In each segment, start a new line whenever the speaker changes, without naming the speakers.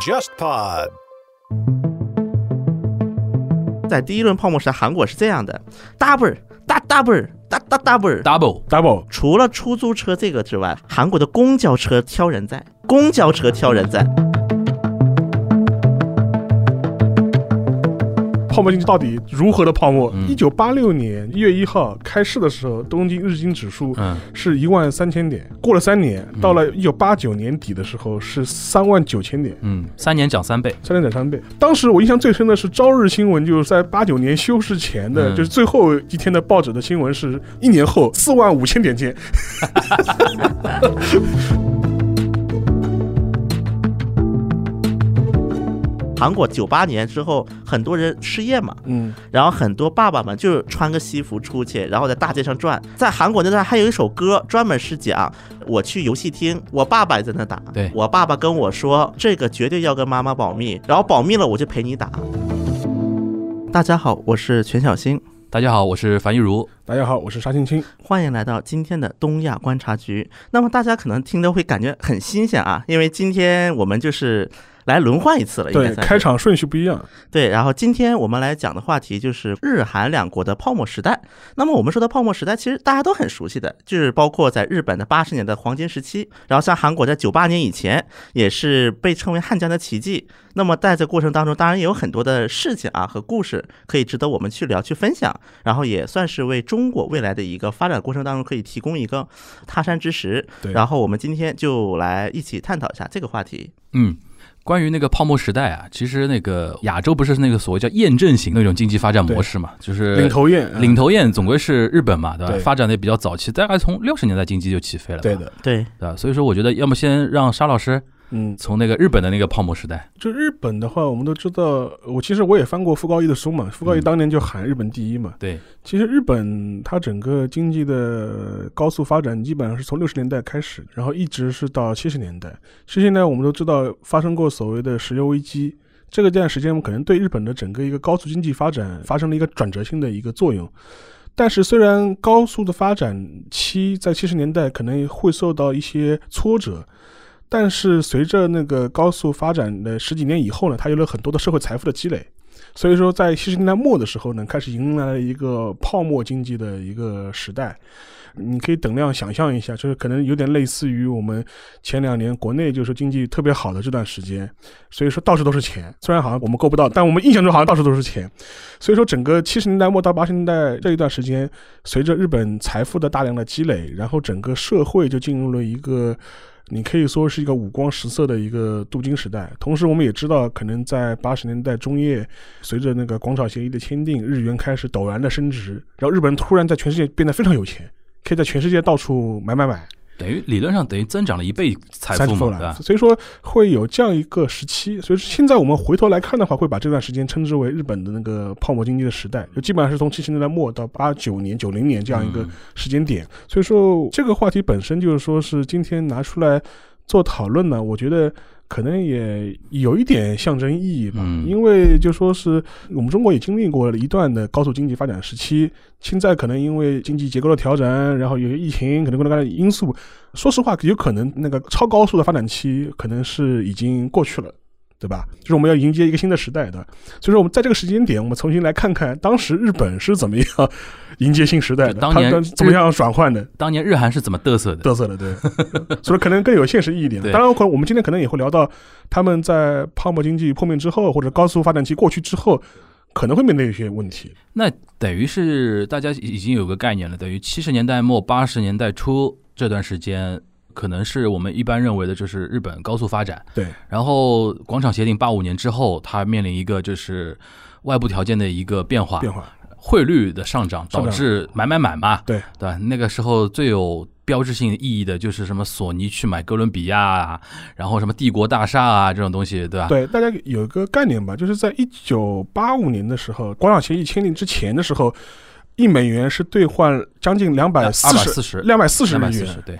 JustPod。
在第一轮泡沫时代，韩国是这样的：double 大 double 大大 double。
double
double
除了出租车这个之外，韩国的公交车挑人在，公交车挑人在。
泡沫经济到底如何的泡沫？一九八六年一月一号开市的时候，东京日经指数
嗯
是一万三千点，过了三年，到了一九八九年底的时候是三万九千点。
嗯，三年涨三倍，
三点点三倍。当时我印象最深的是《朝日新闻》，就是在八九年休市前
嗯
的，就是最后一天的报纸的新闻是一年后四万五千点见。
韩国九八年之后，很多人失业嘛，
嗯，
然后很多爸爸们就穿个西服出去，然后在大街上转。在韩国那段还有一首歌，专门是讲我去游戏厅，我爸爸也在那打，
对
我爸爸跟我说这个绝对要跟妈妈保密，然后保密了我就陪你打。大家好，我是全小新，
大家好，我是樊玉茹。
大家好，我是沙青青。
欢迎来到今天的东亚观察局。那么大家可能听的会感觉很新鲜啊，因为今天我们就是来轮换一次了，应该
对，
算是
开场顺序不一样。
对。然后今天我们来讲的话题就是日韩两国的泡沫时代。那么我们说的泡沫时代，其实大家都很熟悉的，就是包括在日本的八十年的黄金时期，然后像韩国在九八年以前也是被称为汉江的奇迹。那么在这过程当中，当然也有很多的事情啊和故事可以值得我们去聊、去分享，然后也算是为中国未来的一个发展过程当中可以提供一个踏山之石。
对
然后我们今天就来一起探讨一下这个话题。
嗯，关于那个泡沫时代啊，其实那个亚洲不是那个所谓叫验证型那种经济发展模式嘛，就是
领头雁，嗯
领
头，
头雁总归是日本嘛，对吧？
对
发展的比较早期，大概从六十年代经济就起飞了，
对，的，
对，
对吧？所以说，我觉得要么先让沙老师
嗯，
从那个日本的那个泡沫时代，
就日本的话，我们都知道，我其实我也翻过傅高义的书嘛，傅高义
嗯
当年就喊日本第一嘛。
对，
其实日本它整个经济的高速发展，基本上是从六十年代开始，然后一直是到七十年代。七十年代我们都知道发生过所谓的石油危机，这个段时间我们可能对日本的整个一个高速经济发展发生了一个转折性的一个作用。但是，虽然高速的发展期在七十年代可能会受到一些挫折，但是随着那个高速发展的十几年以后呢，它有了很多的社会财富的积累，所以说，在七十年代末的时候呢，开始迎来了一个泡沫经济的一个时代。嗯你可以等量想象一下，就是可能有点类似于我们前两年国内就是经济特别好的这段时间，所以说到处都是钱。虽然好像我们够不到，但我们印象中好像到处都是钱。所以说，整个七十年代末到八十年代这一段时间，随着日本财富的大量的积累，然后整个社会就进入了一个。你可以说是一个五光十色的一个镀金时代，同时我们也知道，可能在八十年代中叶，随着那个广场协议的签订，日元开始陡然的升值，然后日本人突然在全世界变得非常有钱，可以在全世界到处买买买，
等于理论上等于增长了一倍财
财
富
富
嘛，对
了
吧。？
所以说会有这样一个时期，所以现在我们回头来看的话，会把这段时间称之为日本的那个泡沫经济的时代，就基本上是从七十年代末到八九年、九零年这样一个
嗯
时间点。所以说这个话题本身就是说是今天拿出来做讨论呢，我觉得。可能也有一点象征意义吧，
嗯
因为就说是我们中国也经历过了一段的高速经济发展时期，现在可能因为经济结构的调整，然后有些疫情，可能各种各样的因素，说实话，有可能那个超高速的发展期可能是已经过去了。对吧？就是我们要迎接一个新的时代的，所以说我们在这个时间点，我们重新来看看当时日本是怎么样 迎接新时代的，
就当年
它它怎么样转换的，
当年日韩是怎么嘚瑟的？
嘚瑟了，对， 所以可能更有现实意义一点。
对
当然，可能我们今天可能也会聊到他们在泡沫经济破灭之后，或者高速发展期过去之后，可能会面对一些问题。
那等于是大家已经有个概念了，等于七十年代末八十年代初这段时间，可能是我们一般认为的就是日本高速发展。
对，
然后广场协定八五年之后，它面临一个就是外部条件的一个变化，
变化，
汇率的上涨
上涨
导致买买买嘛，
对
对吧？那个时候最有标志性意义的就是什么索尼去买哥伦比亚啊，然后什么帝国大厦啊这种东西，对吧？
对，大家有一个概念吧，就是在一九八五年的时候，广场协议签订之前的时候，一美元是兑换将近两百四十
四十，
两百四十
两
日
百四
元
十，，对，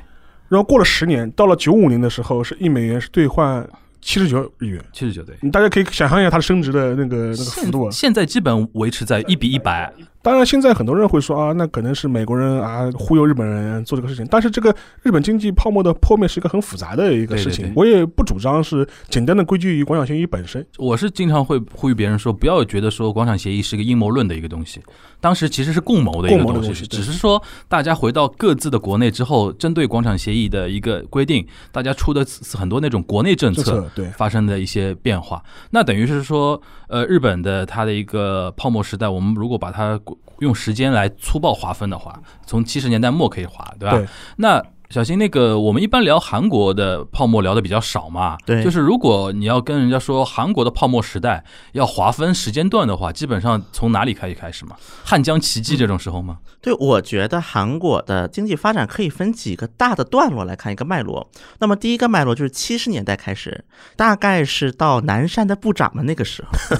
然后过了十年，到了九五年的时候，是一美元是兑换七十九日元。
七十九对。
你大家可以想象一下它升值的那个那个幅度啊
现。现在基本维持在一比一百，
当然，现在很多人会说啊，那可能是美国人啊忽悠日本人做这个事情，但是这个日本经济泡沫的破灭是一个很复杂的一个事情，
对对对
我也不主张是简单的归咎于广场协议本身。
我是经常会呼吁别人说，不要觉得说广场协议是个阴谋论的一个东西，当时其实是共谋的一个
共谋的
东
东西
西，
对
只是说大家回到各自的国内之后，针对广场协议的一个规定，大家出的很多那种国内政
政
策
策对，
发生的一些变化。那等于是说，呃，日本的它的一个泡沫时代，我们如果把它用时间来粗暴划分的话，从七十年代末可以划，对吧？
对
那小新，那个我们一般聊韩国的泡沫聊的比较少嘛，
对
就是如果你要跟人家说韩国的泡沫时代要划分时间段的话，基本上从哪里开始开始嘛？汉江奇迹这种时候吗？
对，我觉得韩国的经济发展可以分几个大的段落来看一个脉络。那么第一个脉络就是七十年代开始，大概是到南山的部长们那个时候，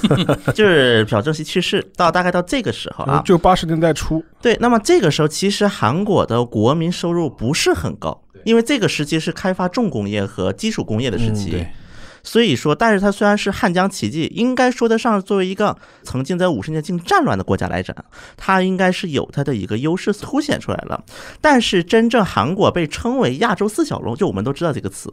就是朴正熙去世到大概到这个时候啊，
呃就八十年代初，
对，那么这个时候其实韩国的国民收入不是很高，因为这个时期是开发重工业和基础工业的时期。
嗯对，
所以说，但是它虽然是汉江奇迹，应该说得上作为一个曾经在五十年进行战乱的国家来讲，它应该是有它的一个优势凸显出来了。但是真正韩国被称为亚洲四小龙，就我们都知道这个词，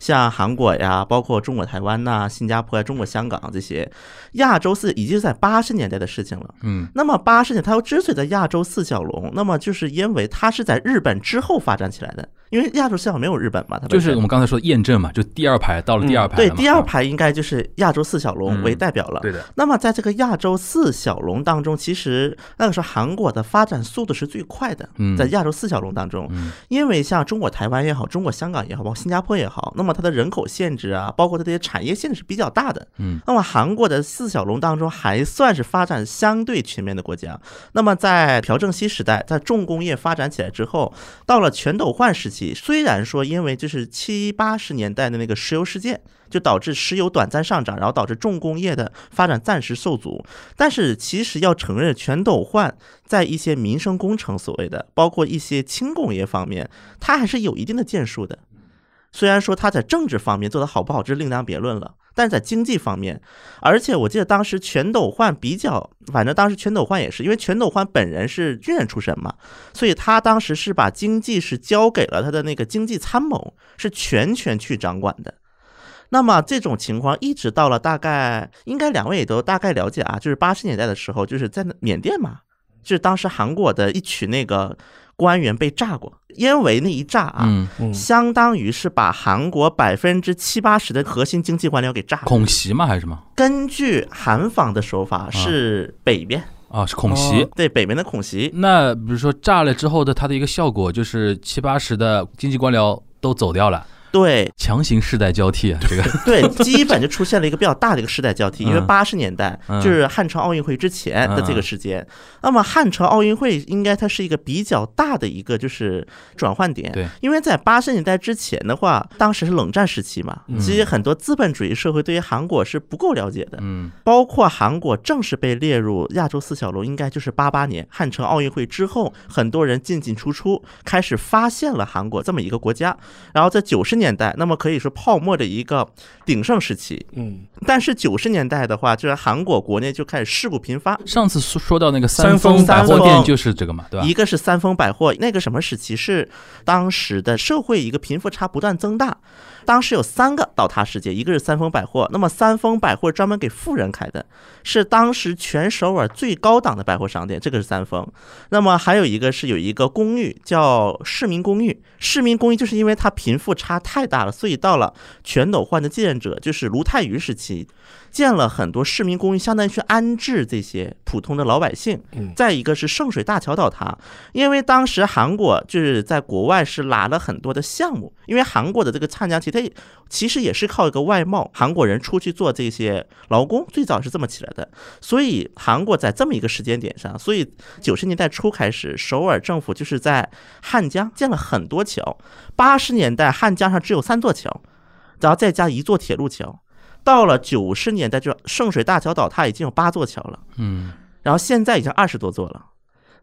像韩国呀，包括中国台湾呐、新加坡呀、中国香港这些亚洲四，已经是在八十年代的事情了。
嗯，
那么八十年，它又之所以在亚洲四小龙，那么就是因为它是在日本之后发展起来的，因为亚洲四小龙没有日本嘛，它本
就
身
是我们刚才说的验证嘛，就第二排到了第二排了
对
嘛、
第二排应该就是亚洲四小龙为代表了。
嗯，对的，
那么在这个亚洲四小龙当中，其实那个时候韩国的发展速度是最快的，
嗯
在亚洲四小龙当中，
嗯
因为像中国台湾也好，中国香港也好，包括新加坡也好，那么它的人口限制啊，包括它这些产业限制是比较大的。
嗯，
那么韩国的四小龙当中还算是发展相对全面的国家。那么在朴正熙时代，在重工业发展起来之后，到了全斗焕时期，虽然说因为就是七八十年代的那个石油事件，就导致石油短暂上涨，然后导致重工业的发展暂时受阻，但是其实要承认，全斗焕在一些民生工程所谓的，包括一些轻工业方面，它还是有一定的建树的。虽然说它在政治方面做得好不好，这是另当别论了。但是在经济方面，而且我记得当时全斗焕比较，反正当时全斗焕也是，因为全斗焕本人是军人出身嘛，所以他当时是把经济是交给了他的那个经济参谋，是全权去掌管的。那么这种情况一直到了大概，应该两位也都大概了解啊，就是八十年代的时候，就是在那缅甸嘛，就是当时韩国的一群那个官员被炸过，因为那一炸啊，
嗯，
嗯，
相当于是把韩国百分之七八十的核心经济官僚给炸了。
恐袭嘛还是什么？
根据韩方的说法是北边，
啊，是恐袭。
哦
对北边的恐 袭。
那比如说炸了之后的它的一个效果，就是七八十的经济官僚都走掉了，
对
强行世代交替啊，这个
对，基本就出现了一个比较大的一个世代交替，因为
嗯
八十年代
嗯
就是汉城奥运会之前的这个时间。那么汉城奥运会应该它是一个比较大的一个就是转换点，
对，
因为在八十年代之前的话，当时是冷战时期嘛，
嗯
其实很多资本主义社会对于韩国是不够了解的，
嗯，
包括韩国正式被列入亚洲四小龙，应该就是八八年汉城奥运会之后，很多人进进出出，开始发现了韩国这么一个国家。然后在九十年代，那么可以说泡沫的一个鼎盛时期。
嗯，
但是九十年代的话，就是韩国国内就开始事故频发。
上次说说到那个
三丰
丰百货
三
店
丰
就是这个嘛，对吧
一？个是三丰百货，那个什么时期是当时的社会一个贫富差不断增大，当时有三个倒塌事件，一个是三丰百货，那么三丰百货专门给富人开的，是当时全首尔最高档的百货商店，这个是三丰。那么还有一个是有一个公寓叫市民公寓，市民公寓就是因为它贫富差太大了，所以到了全斗焕的继任者就是卢泰愚时期，建了很多市民公寓，相当于去安置这些普通的老百姓。
嗯
再一个是圣水大桥倒塌，因为当时韩国就是在国外是拉了很多的项目，因为韩国的这个汉江旗，它也其实也是靠一个外贸，韩国人出去做这些劳工，最早是这么起来的。所以韩国在这么一个时间点上，所以九十年代初开始，首尔政府就是在汉江建了很多桥。八十年代汉江上只有三座桥，然后再加一座铁路桥。到了九十年代，就圣水大桥倒塌已经有八座桥了，
嗯，
然后现在已经二十多座了。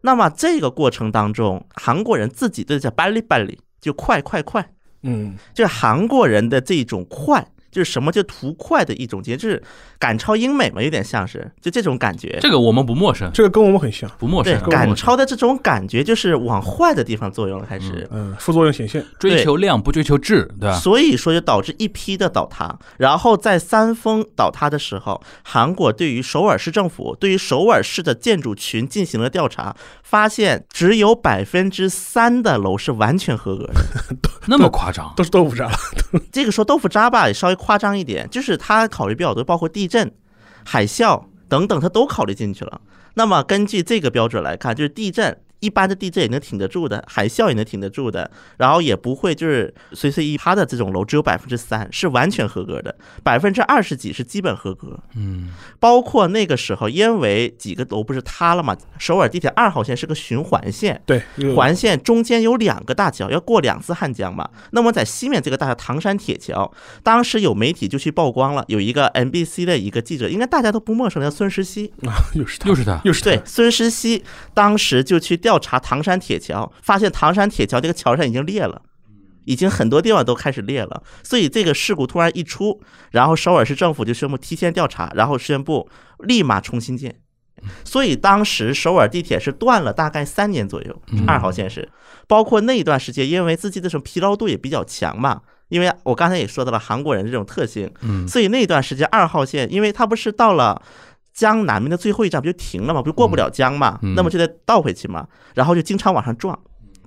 那么这个过程当中，韩国人自己都叫巴里巴里，就快快快，
嗯，
就是韩国人的这种快，就是什么就图快的一种节制，赶超英美嘛，有点像是就这种感觉。
这个我们不陌生，
这个跟我们很像，
不陌
对
生，不
赶
陌生
超的这种感觉，就是往坏的地方作用了，开始。
嗯，副作用显现。
追求量不追求质，对吧？
所以说就导致一批的倒塌。然后在三峰倒塌的时候，韩国对于首尔市政府、对于首尔市的建筑群进行了调查，发现只有百分之三的楼是完全合格的。
那么夸张，
都是豆腐渣，
这个说豆腐渣吧，也稍微夸张一点，就是他考虑比较多，包括地震、海啸等等，他都考虑进去了。那么根据这个标准来看，就是地震。一般的地震也能挺得住的，海啸也能挺得住的，然后也不会就是随随一塌的这种楼，只有百分之三是完全合格的，百分之二十几是基本合格。
嗯，
包括那个时候，因为几个楼不是塌了嘛，首尔地铁二号线是个循环线，
对，有
环线中间有两个大桥，要过两次汉江嘛。那么在西面这个大桥唐山铁桥，当时有媒体就去曝光了，有一个 NBC 的一个记者，应该大家都不陌生的叫孙石溪，
啊， 又是他，
又是他，
又是
对
他，，
孙石溪当时就去调查唐山铁桥，发现唐山铁桥这个桥上已经裂了。已经很多地方都开始裂了，所以这个事故突然一出，然后首尔市政府就宣布提前调查，然后宣布立马重新建。所以当时首尔地铁是断了大概三年左右
嗯，
二号线是，包括那一段时间，因为自己的这种疲劳度也比较强嘛，因为我刚才也说到了韩国人这种特性，
嗯，
所以那段时间二号线，因为它不是到了江南面的最后一站不就停了嘛，不就过不了江嘛，
嗯嗯
那么就得倒回去嘛，然后就经常往上撞，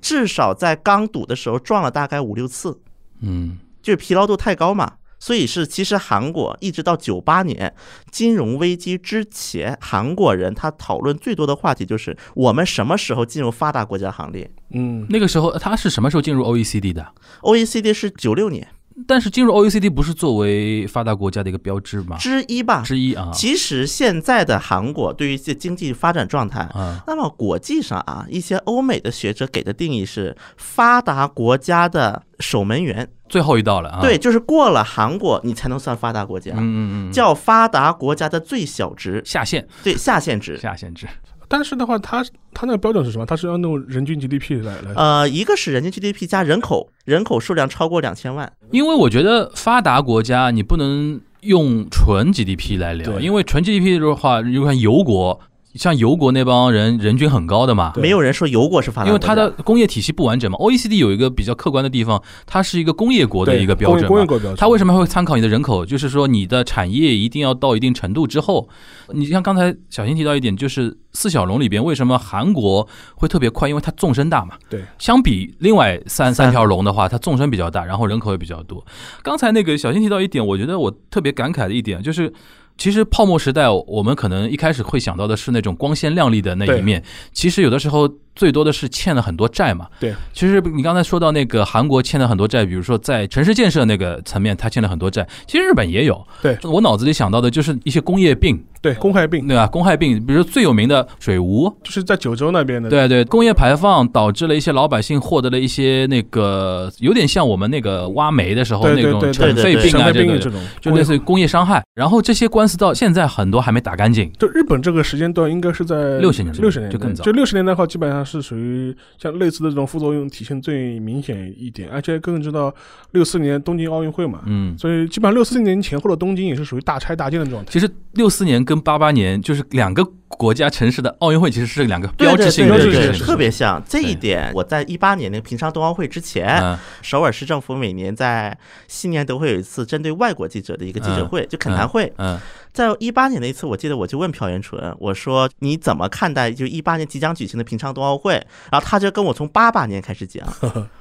至少在刚堵的时候撞了大概五六次，
嗯，
就是疲劳度太高嘛。所以是，其实韩国一直到九八年金融危机之前，韩国人他讨论最多的话题就是我们什么时候进入发达国家行列
嗯，
那个时候他是什么时候进入 OECD 的？
？OECD 是九六年
但是进入 OECD 不是作为发达国家的一个标志吗？
之一吧。
之一啊，
其实现在的韩国对于这经济发展状态，
啊，
那么国际上啊，一些欧美的学者给的定义是发达国家的守门员，
最后一道了啊，
对，，就是过了韩国你才能算发达国家，
嗯嗯嗯，
叫发达国家的最小值，
下限，
对下限值。
下限制，
但是的话，他他那个标准是什么？他是要用人均 GDP 来来，
呃，一个是人均 GDP 加人口，人口数量超过两千万，
因为我觉得发达国家你不能用纯 GDP 来聊，
对
因为纯 GDP 的话，你就看油国，像油国那帮人人均很高的嘛。
对
没有人说油国是发达
因
国
为
家，
它的工业体系不完整嘛，OECD 有一个比较客观的地方，它是一个工业国的
对
一个标准嘛
工业工业国标准，
它为什么会参考你的人口？就是说你的产业一定要到一定程度之后，你像刚才小新提到一点，就是四小龙里边为什么韩国会特别快？因为它纵深大嘛。
对，
相比另外三
三
三条龙的话，它纵深比较大，然后人口也比较多。刚才那个小新提到一点，我觉得我特别感慨的一点就是。其实泡沫时代，我们可能一开始会想到的是那种光鲜亮丽的那一
对
面，其实有的时候最多的是欠了很多债嘛。
对，
其实你刚才说到那个韩国欠了很多债，比如说在城市建设那个层面，它欠了很多债。其实日本也有。
对嗯
我脑子里想到的就是一些工业病，
对公害病，
对吧？公害病，比如最有名的水污，
就是在九州那边的，
对对，工业排放导致了一些老百姓获得了一些那个有点像我们那个挖煤的时候
对
那
对
种
对
尘
对
肺
对
病
神
啊，
肺
这
病
个
这种，
就类似于工业伤害。然后这些官司到现在很多还没打干净。
就日本这个时间段应该是在
60年代
六十年代
就更早
就六十年代的话，基本上是属于像类似的这种副作用体现最明显一点，而且更知道六四年东京奥运会嘛，
嗯，
所以基本上六四年前后的东京也是属于大拆大建的状态，
其实六四年跟八八年就是两个国家城市的奥运会，其实是两个
对
标
对
志性
对
的
标
对
志性
事
对，
情
事
特别像这
对
一点。我在一八年那个平昌冬奥会之前，
嗯
首尔市政府每年在新年都会有一次针对外国记者的一个记者会，就恳谈会。
嗯
在一八年那一次，我记得我就问朴元淳，我说你怎么看待就一八年即将举行的平昌冬奥会？然后他就跟我从八八年开始讲，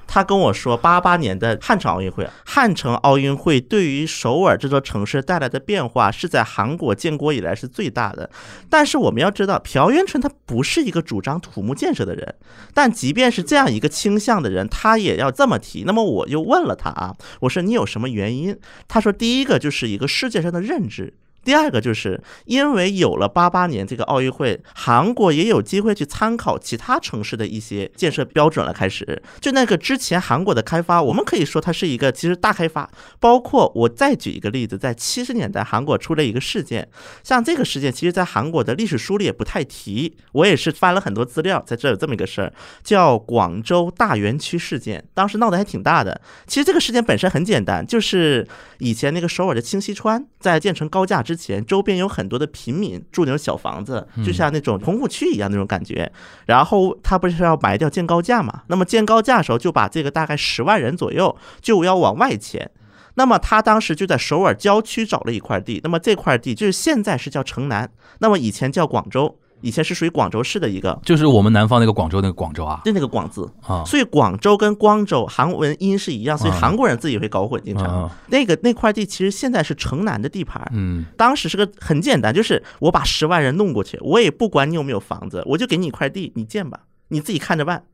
他跟我说八八年的汉城奥运会，汉城奥运会对于首尔这座城市带来的变化是在韩国建国以来是最大的。但是我们要知道，朴元淳他不是一个主张土木建设的人，但即便是这样一个倾向的人，他也要这么提。那么我就问了他啊，我说你有什么原因？他说第一个就是一个世界上的认知。第二个就是因为有了八八年这个奥运会，韩国也有机会去参考其他城市的一些建设标准了。开始，就那个之前韩国的开发，我们可以说它是一个其实大开发。包括我再举一个例子，在七十年代韩国出了一个事件，像这个事件，其实在韩国的历史书里也不太提。我也是翻了很多资料，在这有这么一个事儿，叫广州大园区事件，当时闹得还挺大的。其实这个事件本身很简单，就是以前那个首尔的清溪川在建成高架之前，周边有很多的平民住那种小房子，就
嗯
像那种棚户区一样那种感觉。然后他不是要埋掉建高架嘛？那么建高架的时候，就把这个大概十万人左右就要往外迁。那么他当时就在首尔郊区找了一块地，那么这块地就是现在是叫城南，那么以前叫广州，以前是属于广州市的一个，
就是我们南方那个广州那个广州啊
就那个广字。
啊，
所以广州跟光州韩文音是一样，所以
啊
韩国人自己会搞混，经常
啊
那个那块地其实现在是城南的地盘，
嗯
当时是个很简单，就是我把十万人弄过去，我也不管你有没有房子，我就给你一块地，你建吧，你自己看着办。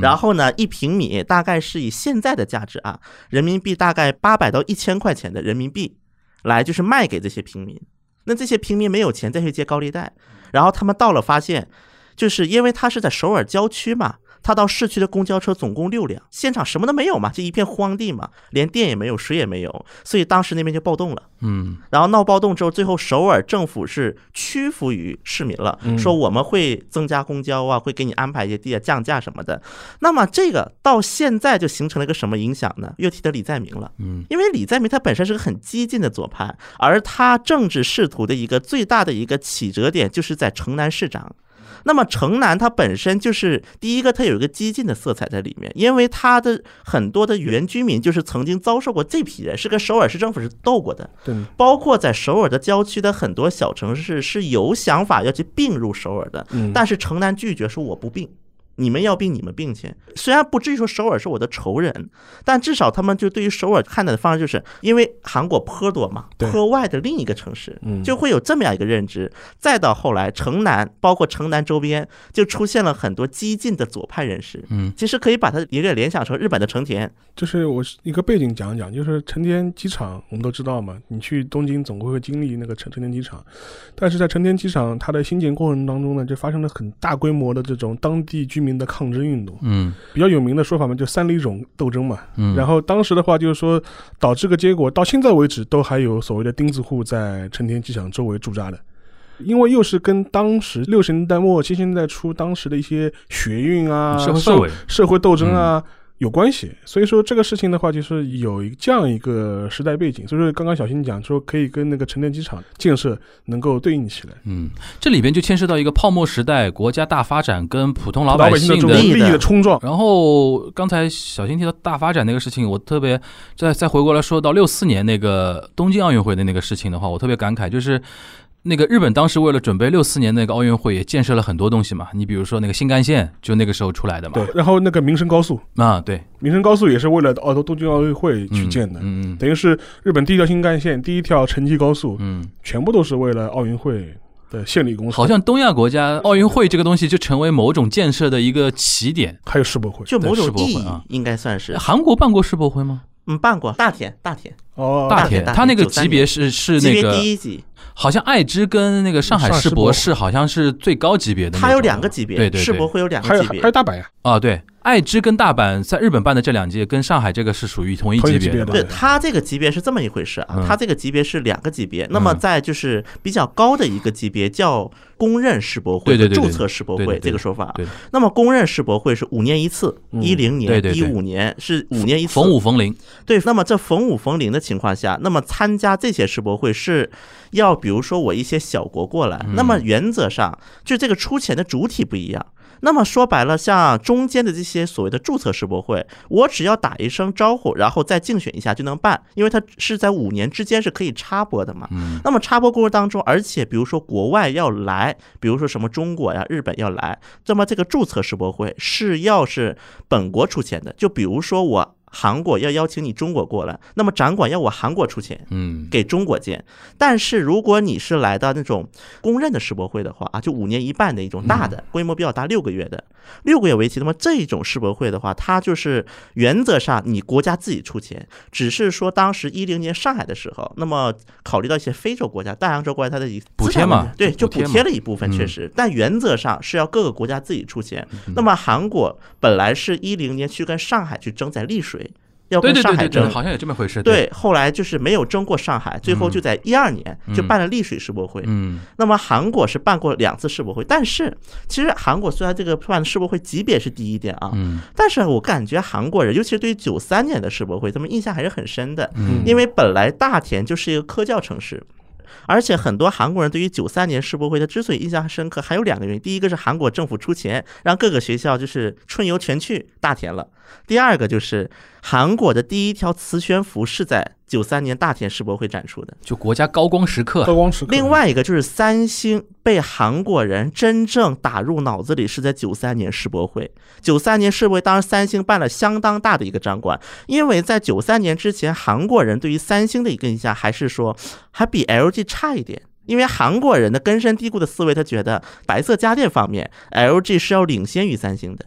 然后呢，一平米大概是以现在的价值啊，人民币大概八百到一千块钱的人民币，来就是卖给这些平民。那这些平民没有钱再去借高利贷，然后他们到了发现，就是因为他是在首尔郊区嘛，他到市区的公交车总共六辆，现场什么都没有嘛，这一片荒地嘛，连电也没有，水也没有，所以当时那边就暴动了。
嗯
然后闹暴动之后，最后首尔政府是屈服于市民了，说我们会增加公交啊，会给你安排一些地啊、降价什么的。那么这个到现在就形成了一个什么影响呢？又提到李在明了，
嗯，
因为李在明他本身是个很激进的左派，而他政治仕途的一个最大的一个起折点就是在城南市长。那么城南它本身就是第一个，它有一个激进的色彩在里面，因为它的很多的原居民就是曾经遭受过这批人，是跟首尔市政府是斗过的，
对，
包括在首尔的郊区的很多小城市是有想法要去并入首尔的，
嗯，
但是城南拒绝说我不并，你们要并你们并去。虽然不至于说首尔是我的仇人，但至少他们就对于首尔看待的方式，就是因为韩国坡多嘛，
对
坡外的另一个城市
嗯，
就会有这么样一个认知。再到后来，城南包括城南周边就出现了很多激进的左派人士，
嗯，
其实可以把它也给联想成日本的成田，
就是我一个背景讲一讲，就是成田机场，我们都知道嘛，你去东京总归会经历那个成成田机场，但是在成田机场它的新建过程当中呢，就发生了很大规模的这种当地居民的抗争运动，
嗯
比较有名的说法嘛，就三里冢斗争嘛。
嗯，
然
后
后当时的话就是说，导致个结果，到现在为止都还有所谓的钉子户在成田机场周围驻扎的。因为又是跟当时六十年代末七十年代初当时的一些学运啊、
社会
受
氛围，嗯
社会斗争啊、有关系。所以说这个事情的话，就是有一这样一个时代背景。所以说刚刚小新讲说，可以跟那个成田机场建设能够对应起来。
嗯，这里边就牵涉到一个泡沫时代国家大发展跟普通老
老百
姓
姓的这种
利益
利益
的
的冲撞，
然后刚才小新提到大发展那个事情，我特别再再回过来说到六四年那个东京奥运会的那个事情的话，我特别感慨，就是那个日本当时为了准备六四年那个奥运会，也建设了很多东西嘛。你比如说那个新干线，就那个时候出来的嘛。
对。然后那个民生高速，
啊，对，
民生高速也是为了奥东京奥运会
嗯
去建的。
嗯
等于是日本第一条新干线、第一条城际高速，
嗯
全部都是为了奥运会的献礼公
嗯，
司，
好像东亚国家奥运会这个东西就成为某种建设的一个起点。
还有世博会。
就某
对世
种
博
意
会
义
啊
应该算是
韩国办过世博会吗？
嗯办过大田大田
哦，
大
田，
田
他那个
93
级别是是
级
那
别
个，
第一级。
好像爱知跟那个上海
上海
世
世博
博是好像是最高级别的那种。
它有两个级别，
对对对
世博会有两
还
个
有
级别
还有。大阪呀，
啊，对，爱知跟大阪在日本办的这两届跟上海这个是属于同一
同一
级别
个级别
的。
的
对它这个级别是这么一回事
嗯
啊，它这个级别是两个级别。那么在就是比较高的一个级别叫公认世博会、
对对对
注
对
册世博
对对
会
对
这个说法啊
对。
那么公认世博会是五年一次，一零
对
年、
对
一
对
五年是五年一次。
逢五逢零，
对，那么这逢五逢零的情况下，那么参加这些世博会是要，比如说我一些小国过来，那么原则上就这个出钱的主体不一样。那么说白了，像中间的这些所谓的注册世博会，我只要打一声招呼，然后再竞选一下就能办，因为它是在五年之间是可以插播的嘛。
嗯
那么插播过程当中，而且比如说国外要来，比如说什么中国呀、日本要来，那么这个注册世博会是要是本国出钱的。就比如说我韩国要邀请你中国过来，那么展馆要我韩国出钱。
嗯，
给中国建，但是如果你
嗯
是来到那种公认的世博会的话啊，就五年一办的一种大的，规模比较大，六个月的，六个月为期。那么这种世博会的话，它就是原则上你国家自己出钱，只是说当时一零年上海的时候，那么考虑到一些非洲国家、大洋洲国家它的一
补
资
贴
产
嘛
问题对，就
就补贴
补
嘛
贴了一部分，确
嗯
实，但原则上是要各个国家自己出钱。那么韩国本来是一零年去跟上海去争在丽水，要
对
跟
对
上
对
海
对对，
争，
好像有这么回事。，
对，后来就是没有争过上海，最后就在一二年
嗯
就办了丽水世博会。
嗯
那么韩国是办过两次世博会，但是其实韩国虽然这个办世博会级别是低一点啊，
嗯
但是我感觉韩国人，尤其是对于九三年的世博会，他们印象还是很深的，
嗯
因为本来大田就是一个科教城市。而且很多韩国人对于九三年世博会，他之所以印象深刻，还有两个原因。第一个是韩国政府出钱让各个学校就是春游全去大田了；第二个就是韩国的第一条磁悬浮是在九三年大田世博会展出的。
就国家高光时刻
高，光时刻。
另，外一个就是三星被韩国人真正打入脑子里是在九三年世博会。九三年世博会当时三星办了相当大的一个展馆，因为在九三年之前，韩国人对于三星的一个印象还是说还比 LG 差一点。因为韩国人的根深蒂固的思维，他觉得白色家电方面，LG 是要领先于三星的。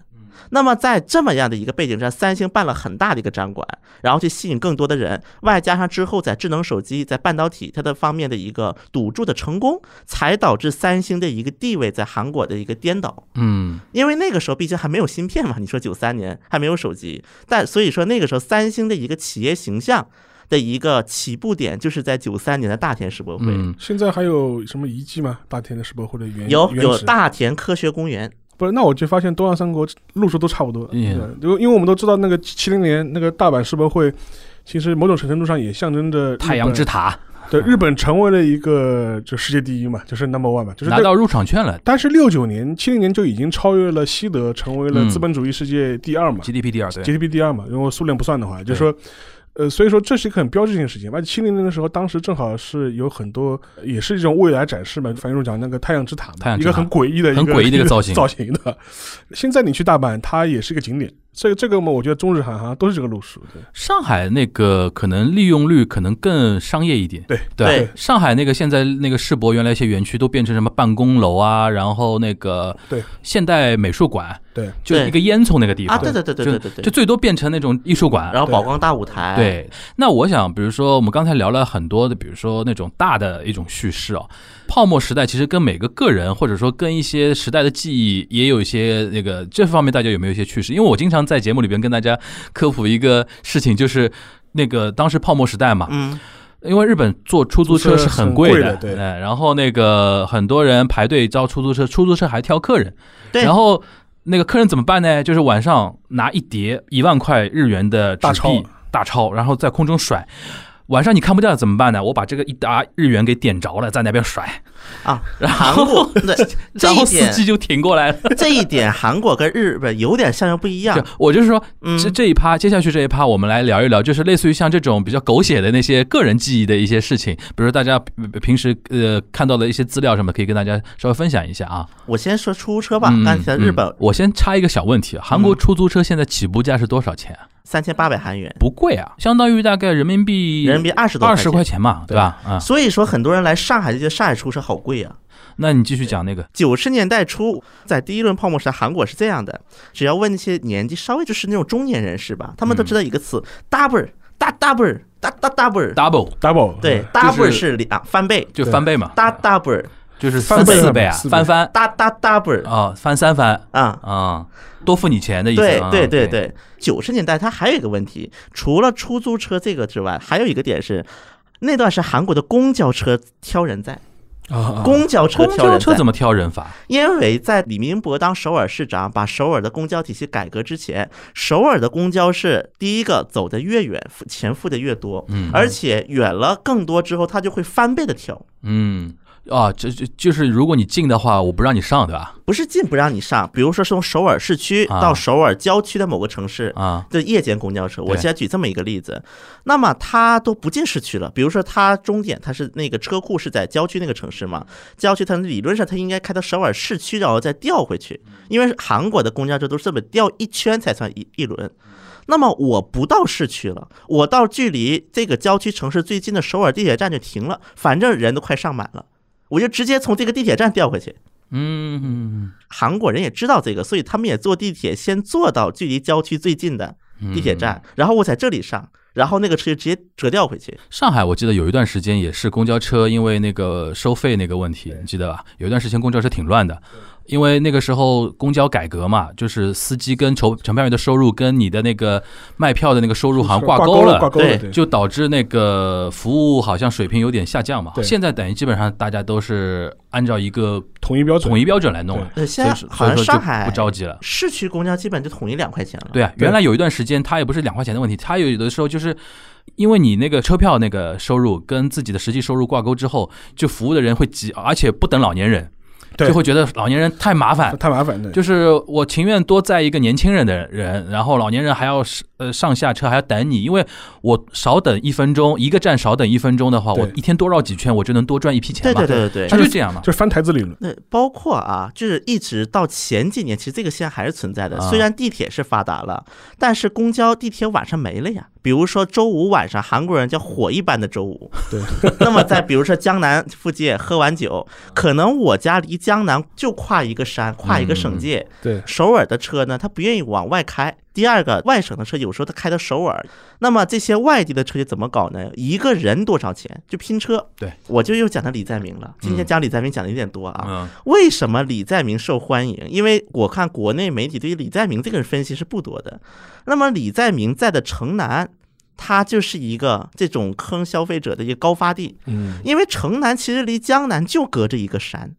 那么在这么样的一个背景下，三星办了很大的一个展馆，然后去吸引更多的人，外加上之后在智能手机、在半导体它的方面的一个赌注的成功，才导致三星的一个地位在韩国的一个颠倒。
嗯
因为那个时候毕竟还没有芯片嘛，你说九三年还没有手机，但所以说那个时候三星的一个企业形象的一个起步点，就是在九三年的大田世博会。
嗯，
现在还有什么遗迹吗？大田的世博会的原
有
原
有
址
大田科学公园，
不是？那我就发现东亚三国路数都差不多。
嗯
对吧因为因为我们都知道那个七零年那个大阪世博会，其实某种程度上也象征着日
太阳
本
之塔
对日本成为了一个就世界第一嘛，就是 number one 嘛，就是
拿
这
到入场券了
但是六九年、七零年就已经超越了西德，成为了资本主义世界第二嘛、
，GDP 嗯第二，对，
g d p 第二嘛。如果苏联不算的话，就是说，呃，所以说这是一个很标志性的事情。而且七零年的时候，当时正好是有很多，也是一种未来展示嘛。樊玉茹讲那个太阳之塔嘛，
太阳
一
之
个
塔
很诡异的、
很诡异的一个造型
造型的。现在你去大阪，它也是一个景点。这个这个嘛，我觉得中日韩好像都是这个路数。对
上海那个可能利用率可能更商业一点。
对
对
上海那个现在那个世博，原来一些园区都变成什么办公楼啊，然后那个
对
现代美术馆，
对，
就是一个烟囱那个地
啊，
方，
对对对对对对
就
对，
最多变成那种艺术馆。
然后哎宝光大舞台，，
对，那我想，比如说我们刚才聊了很多的，比如说那种大的一种叙事啊，泡沫时代其实跟每个个人或者说跟一些时代的记忆也有一些那个这方面，大家有没有一些趣事？因为我经常在节目里边跟大家科普一个事情，就是那个当时泡沫时代嘛，
嗯，
因为日本坐出租车是很贵
很贵的对
哎然后那个很多人排队招出租车，出租车还挑客人，
对
然后那个客人怎么办呢？就是晚上拿一叠一万块日元的纸
大
币
钞
大钞，然后在空中甩。晚上你看不掉怎么办呢？我把这个一沓日元给点着了，在那边甩，
啊，韩国对这
然
一
后司
点
机就挺过来了。
这一点韩国跟日本有点像又不一样
就，我就是说，
嗯
这这一趴，接下去这一趴，我们来聊一聊，就是类似于像这种比较狗血的那些个人记忆的一些事情，比如大家呃平时呃看到的一些资料什么，可以跟大家稍微分享一下啊。
我先说出租车吧，
嗯
刚才日
嗯
本嗯
我先插一个小问题，韩国出租车现在起步价是多少钱啊？
三千八百韩元，
不贵啊，相当于大概人民币
人民币二十多
二十
块
块
钱。
钱嘛，对吧？啊，
所以说，很多人来上海就觉得上海出租车好贵啊。
那你继续讲那个，
九十年代初，在第一轮泡沫时代，韩国是这样的：只要问那些年纪稍微就是那种中年人士吧，他们
嗯
都知道一个词，double，大 double，大大 double，
double
，double
对
就是
，double 是两翻倍，
就翻倍嘛，
大 double，
就是
翻
翻
倍
四倍啊，
四倍
翻翻
大大 double
啊，翻三番
啊。
啊，多付你钱的意思
对
啊。
对对对，九十年代它还有一个问题，除了出租车这个之外，还有一个点是，那段是韩国的公交车挑人在，
啊，
公交车
公
挑
交
人
车
在。
怎么挑人法？
因为在李明博当首尔市长，把首尔的公交体系改革之前，首尔的公交是第一个走得越远，付钱付的越多，
嗯
而且远了更多之后，他就会翻倍的挑，
嗯，啊，这这就是如果你进的话，我不让你上，对吧？
不是进不让你上，比如说是从首尔市区
啊
到首尔郊区的某个城市。
啊，
的夜间公交车，我
对
先举这么一个例子，那么它都不进市区了。比如说，它终点它是那个车库是在郊区那个城市嘛，郊区它理论上它应该开到首尔市区，然后再调回去，因为韩国的公交车都是这么调一圈才算一一轮。那么我不到市区了，我到距离这个郊区城市最近的首尔地铁站就停了，反正人都快上满了，我就直接从这个地铁站调回去。
嗯嗯
韩国人也知道这个，所以他们也坐地铁先坐到距离郊区最近的
嗯，
地铁站，然后我在这里上，然后那个车就直接折掉回去。
上海我记得有一段时间也是公交车，因为那个收费那个问题，你记得吧？有一段时间公交车挺乱的，因为那个时候公交改革嘛，就是司机跟售乘票员的收入跟你的那个卖票的那个收入好像
挂
钩
挂
了。
钩了，
对
对，
就导致那个服务好像水平有点下降嘛。
对
现在等于基本上大家都是按照一个
统一标准，
统一标准来弄了，
呃，
所
现
以
在
说
好
所
像
以说
上
就
海
不着急了。
市区公交基本就统一两块钱了。
对啊，
对
原来有一段时间它也不是两块钱的问题，它有的时候就是因为你那个车票那个收入跟自己的实际收入挂钩之后，就服务的人会急，而且不等老年人，
对
就会觉得老年人太麻烦。
太麻烦了。
就是我情愿多载一个年轻人的人，然后老年人还要是呃上下车还要等你，因为我少等一分钟，一个站少等一分钟的话，
对
我一天多绕几圈，我就能多赚一批
对
钱
对
嘛。
对对对。
他就这样嘛。
就翻台子理论，
那包括啊，就是一直到前几年，其实这个现象还是存在的。
啊
虽然地铁是发达了，但是公交、地铁晚上没了呀。比如说周五晚上，韩国人叫火一般的周五。
对。
那么在比如说江南附近喝完酒，可能我家离江南就跨一个山，跨一个省界。
对，
首尔的车呢，他不愿意往外开。第二个，外省的车有时候他开到首尔，那么这些外地的车就怎么搞呢？一个人多少钱就拼车？
对，
我就又讲到李在明了。今天讲李在明讲的有点多啊。
嗯，
为什么李在明受欢迎？因为我看国内媒体对于李在明这个人分析是不多的。那么李在明在的城南，它就是一个这种坑消费者的一个高发地。
嗯，
因为城南其实离江南就隔着一个山，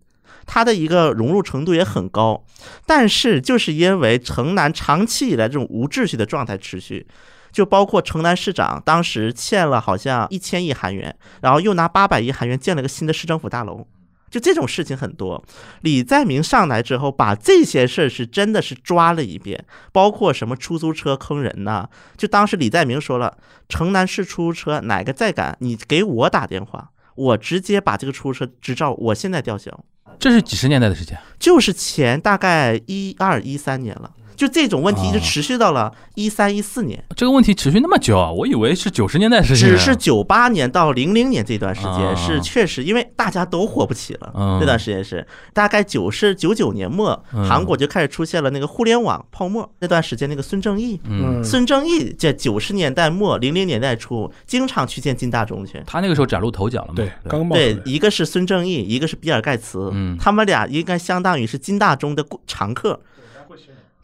它的一个融入程度也很高，但是就是因为城南长期以来这种无秩序的状态持续。就包括城南市长当时欠了好像一千亿韩元，然后又拿八百亿韩元建了个新的市政府大楼，就这种事情很多。李在明上来之后，把这些事儿是真的是抓了一遍，包括什么出租车坑人呐、就当时李在明说了，城南市出租车哪个再敢，你给我打电话，我直接把这个出租车执照我现在吊销，
这是几十年代的事情。
就是前大概一二一三年了，就这种问题一直
哦
持续到了一三一四年，
这个问题持续那么久啊，我以为是九十年代的事情呢。
只是九八年到零零年这段时
啊
间是确实因为大家都火不起了，
嗯
这段时间是大概九是九九年末，
嗯
韩国就开始出现了那个互联网泡沫，那段时间那个孙正义。
嗯，
嗯，
孙正义在九十年代末、零零年代初，经常去见金大中去。
他那个时候崭露头角了嘛。
对，刚冒出
对
来，，
一个是孙正义，一个是比尔盖茨，
嗯
他们俩应该相当于是金大中的过常客。
嗯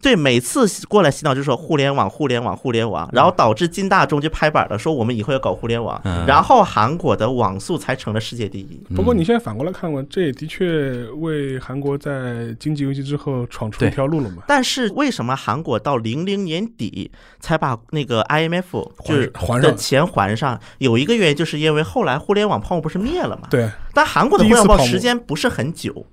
对，每次过来洗脑就说互联网、互联网、互联
嗯
网，然后导致金大中就拍板了，说我们以后要搞互联网，
嗯
然后韩国的网速才成了世界第一。
嗯
不过你现在反过来看嘛，这也的确为韩国在经济危机之后闯出一
对
条路了嘛，
但是为什么韩国到零零年底才把那个 IMF 就是
还还
的
上，
钱还上？有一个原因就是因为后来互联网泡沫不是灭了嘛？
对，
但韩国的
第
互
一次
联网
泡沫
时间不是很久，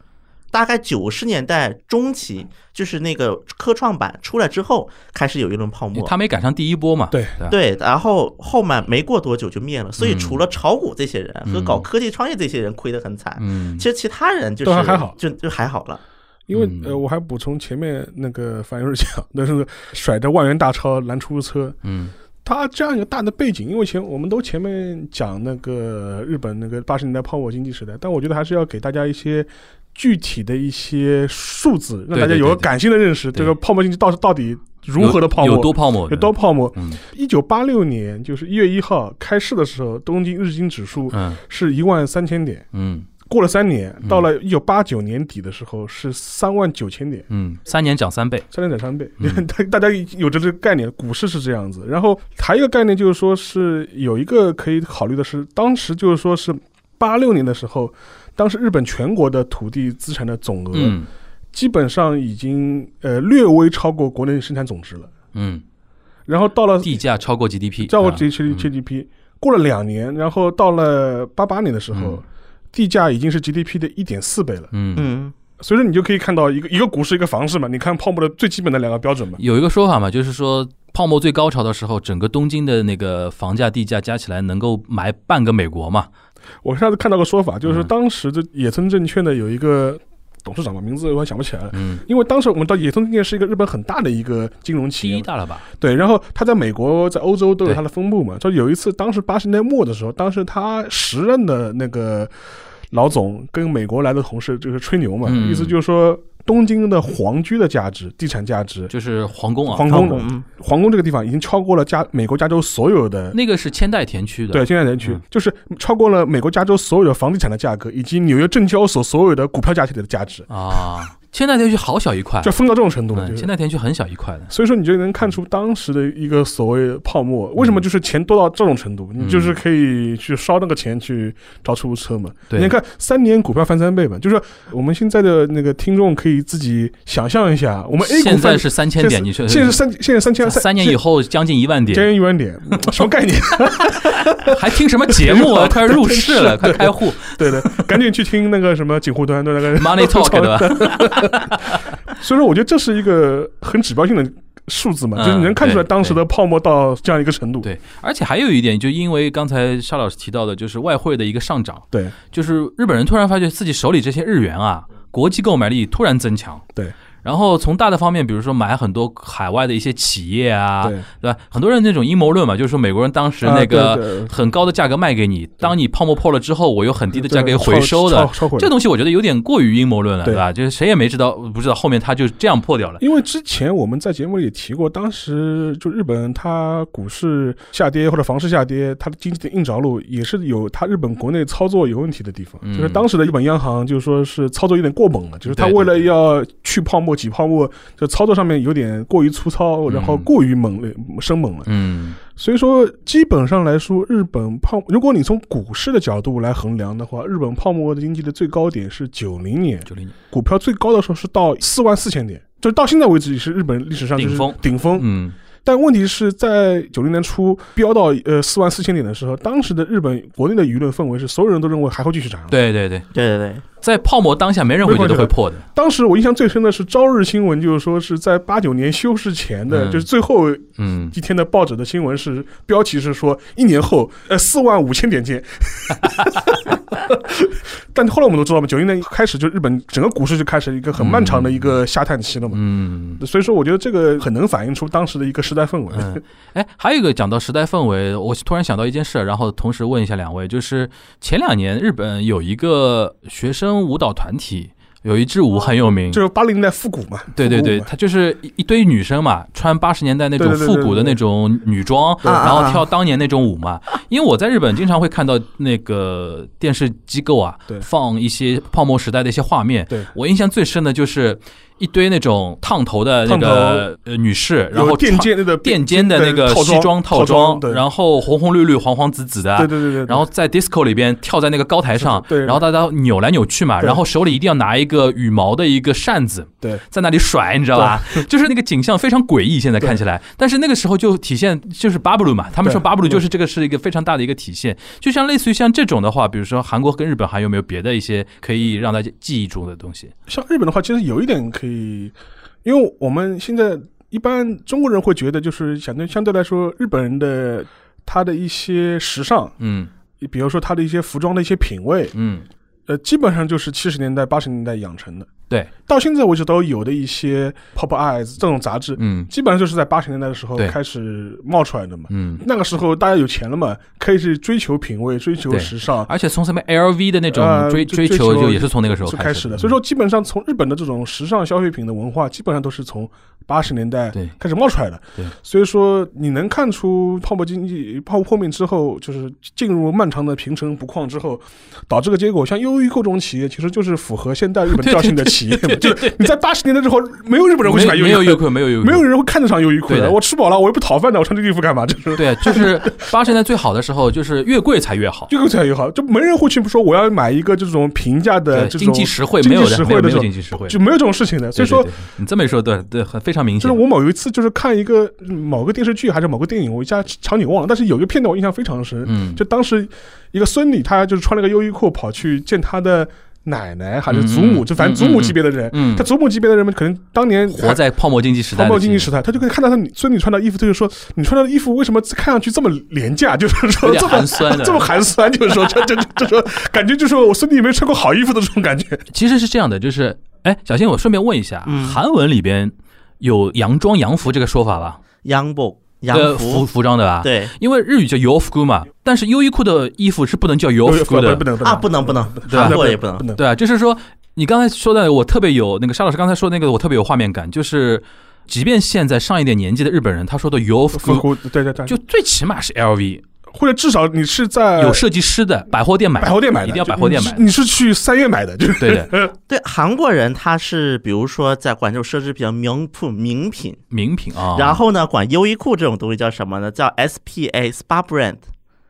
大概九十年代中期，就是那个科创板出来之后，开始有一轮泡沫。
他没赶上第一波嘛。
对
吧，
对，然后后面没过多久就灭了，所以
嗯
除了炒股这些人和
嗯
搞科技创业这些人亏得很惨，
嗯
其，实其他人就
都
是
还好
就就还好了。
因为、
嗯
呃，我还补充前面那个樊勇士讲，那是甩着万元大钞拦出租车，
嗯
它这样一个大的背景，因为前我们都前面讲那个日本那个八十年代泡沫经济时代，但我觉得还是要给大家一些具体的一些数字，让
对
大家
对
有个
对
感性的认识，
对
这个泡沫经济到到底如何的泡沫，
有有多泡沫？
有多泡沫。
嗯
一九八六年就是一月一号开市的时候，东京日经指数
嗯
是一万三千点，
嗯
过了三年
嗯，
到了一九八九年底的时候是三万九千点。
嗯，三年涨三倍。
三点三倍
嗯，
大、大家有着这个概念，股市是这样子。然后还有一个概念就是说是有一个可以考虑的是，当时就是说是八六年的时候，当时日本全国的土地资产的总额、
嗯
基本上已经呃略微超过国内生产总值了。
嗯，
然后到了
地价超过 GDP，
叫我
啊
G G
嗯
G D P，过了两年，然后到了八八年的时候。
嗯
地价已经是 GDP 的一点四倍了，
嗯
嗯，
所以说你就可以看到一个一个股市一个房市嘛，你看泡沫的最基本的两个标准嘛，
有一个说法嘛，就是说泡沫最高潮的时候，整个东京的那个房价、地价加起来能够买半个美国嘛。
我上次看到个说法，就是
嗯
当时的野村证券的有一个董事长吧，名字我还想不起来了。
嗯，
因为当时我们知道野村证券是一个日本很大的一个金融企
第一
业，
大了吧？
对，然后他在美国、在欧洲都有
对
他的分部嘛。就有一次，当时八十年代末的时候，当时他时任的那个老总跟美国来的同事就是吹牛嘛，
嗯
意思就是说东京的皇居的价值、地产价值，
就是皇宫啊，
皇
好
宫的
嗯
皇宫这个地方已经超过了加美国加州所有的。
那个是千代田区的，
对，现在人群
嗯
就是超过了美国加州所有的房地产的价格，以及纽约证交所所有的股票价钱的价值，
啊，千代田区好小一块
就，疯到这种程度了。
嗯，
就是
千代田区很小一块的，
所以说，你就能看出当时的一个所谓泡沫，为什么就是钱多到这种程度？
嗯
你就是可以去烧那个钱去找出租车嘛。
对
你看三年股票翻三倍嘛，就是说我们现在的那个听众可以自己想象一下，我们 A 股
现在
翻
是三千点，你说
现在是三现在三千
三年以后将近一万
三
点，
千一 万点，什么概念？
还听什么节目 啊？快入市了，快开户
对的，赶紧去听那个什么警护端的那个
，Money Talk 对吧？
所以说，我觉得这是一个很指标性的数字嘛，
嗯
就是你能看出来
对
当时的泡沫到这样一个程度。
对，而且还有一点，就因为刚才沙老师提到的，就是外汇的一个上涨，
对
就是日本人突然发觉自己手里这些日元啊，国际购买力突然增强。
对。
然后从大的方面，比如说买很多海外的一些企业啊，
对，
对吧？很多人那种阴谋论嘛，就是说美国人当时
啊
那
对
个
对
很高的价格卖给你，当你泡沫破了之后，我有很低的价格
对
回收
超
的
超，超回
这东西我觉得有点过于阴谋论了，
对
对吧？就是谁也没知道，不知道后面它就这样破掉了。
因为之前我们在节目里也提过，当时就日本它股市下跌或者房市下跌，它的经济的硬着陆也是有它日本国内操作有问题的地方。
嗯
就是当时的日本央行就是说是操作有点过猛了，就是它
对对
为了要去泡沫、挤泡沫，就操作上面有点过于粗糙，然后
嗯
过于猛烈、生猛了。
嗯，
所以说，基本上来说，日本泡，如果你从股市的角度来衡量的话，日本泡沫的经济的最高点是九零年，
九零年，
股票最高的时候是到四万四千点，就是到现在为止也是日本历史上就是
顶峰
顶峰。
嗯，
但问题是在九零年初飙到呃四万四千点的时候，当时的日本国内的舆论氛围是所有人都认为还会继续涨。，
对对对，
对对对，
在泡沫当下，没人会觉得会破的。
当时我印象最深的是朝日新闻，就是说是在八九年休市前的，
嗯
就是最后
嗯，
一天的报纸的新闻是标题是说一年后呃四万五千点见。 但后来我们都知道嘛，九零年开始就日本整个股市就开始一个很漫长的一个下探期了嘛。
嗯，
所以说，我觉得这个很能反映出当时的一个时代氛围。
嗯，哎，还有一个讲到时代氛围，我突然想到一件事，然后同时问一下两位，就是前两年日本有一个学生舞蹈团体，有一支舞很有名，
就是八零年代复古嘛，
对对
复古
对，
嘛
她就是一一堆女生嘛，穿八十年代那种
对对对
复古的
对对
那种女装，
对
然
啊啊
后
啊
跳当年那种舞嘛。因为我在日本经常会看到那个电视机构啊
对，
放一些泡沫时代的一些画面。
对
我印象最深的就是一堆那种烫头的那
烫头
个呃女士，然后
有垫
穿
肩那个
垫肩的那个
套
西
装
装
套
套
装，
装
对，
然后红红绿绿、黄黄紫紫的，
对对对对，对
然后在 disco 里边跳在那个高台上，
对对
然后大家扭来扭去嘛，
对
然后手里一定要拿一个羽毛的一个扇子，
对，
在那里甩，你知道吧？ 就是那个景象非常诡异，现在看起来，但是那个时候就体现就是 b a b l u 嘛，他们说
对
b a b l u 就是这个是一个非常大的一个体现，就像类似于像这种的话，比如说韩国跟日本还有没有别的一些可以让大家记忆住的东西？
像日本的话，其实有一点可以，因为我们现在一般中国人会觉得，就是相对相对来说，日本人的他的一些时尚，
嗯
比如说他的一些服装的一些品味，
嗯，
呃，基本上就是七十年代、八十年代养成的，
对，
到现在为止都有的一些 Pop Eyes 这种杂志，
嗯
基本上就是在八十年代的时候
对
开始冒出来的嘛。
嗯。
那个时候大家有钱了嘛，可以去追求品味、追求
对
时尚，
而且从什么 LV 的那种
呃
追
追
追
追
求，
求
就也是从那个时候
是开
始
始的。所以说，基本上从日本的这种时尚消费品的文化，基本上都是从八十年代
对
开始冒出来的。
对
所以说你能看出泡沫经济泡沫破灭之后，就是进入漫长的平成不况之后，导致个结果，像优衣库这种企业，其实就是符合现代日本调性的企业 嘛。就是你在八十年代之后，没有日本人会去买
没没有
优衣
优
库。
酷，没有优酷，
没有人会看得上优衣库
对
的。
的
我吃饱了，我又不讨饭的，我穿这个衣服干嘛？ 就是
对，啊就是八十年代最好的时候，就是越贵才越好，
这个才友好，就没人会去说我要买一个这种平价的
对，
这
经
种
济实惠，
经
没
济
有
实
的，
惠
没有
的这
没
种
有经济实惠。
就没有这种事情的。所以说
对，对对你这么一说，对对，很非常明
就
显
是。我某一次就是看一个嗯某个电视剧还是某个电影，我一下场景忘了，但是有一个片段我印象非常深，
嗯，
就当时一个孙女她就是穿了个优衣库跑去见她的奶奶还是祖母，
嗯嗯
就反正祖母级别的人，
嗯
她，祖母级别的人们可能当年
活。在泡沫经济时代
泡
的记忆，
沫经济时代，她就可以看到她女孙女穿的衣服，她就说：“你穿的衣服为什么看上去这么廉价？ 就是说
有
这
点
么
寒酸的
这。么寒酸，就是说这这这这说感觉就是我孙女没穿过好衣服的这种感觉。
其实是这样的，就是哎，小新，我顺便问一下，
嗯
韩文里边有洋装、洋服这个说法吧？
洋布洋
呃服
服，
服装的吧？，
对
因为日语叫 yofuku 嘛，但是优衣库的衣服是不能叫
不
yofuku 的
不，能
啊，不能不能，
吧
韩国也不能
不，能，
对啊，就是说你刚才说的，我特别有那个沙老师刚才说的那个，我特别有画面感，就是即便现在上一点年纪的日本人，他说的 yofuku
服对对对，
就最起码是 LV，
或者至少你是在
有设计师的，百货店买的，
呃百货店买的，
一定要
就
百货店买的
你是你是去三月买的，就是呃
对的，
对韩国人他是比如说在管这种奢侈品名铺名品，
名品啊。
然后呢管优衣库这种东西叫什么呢？叫 SPA Spa Brand，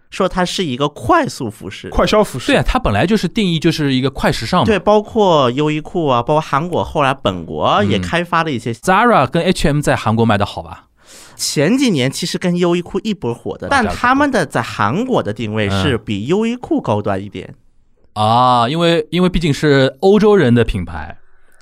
说它是一个快速服饰。
快消服饰
对啊，它本来就是定义就是一个快时尚嘛。
对，包括优衣库啊，包括韩国，后来本国也
嗯
开发了一些
Zara 跟 H&M 在韩国卖的好吧？
前几年其实跟优衣库一波火的，但他们的在韩国的定位是
嗯
比优衣库高端一点，
啊，因为因为毕竟是欧洲人的品牌，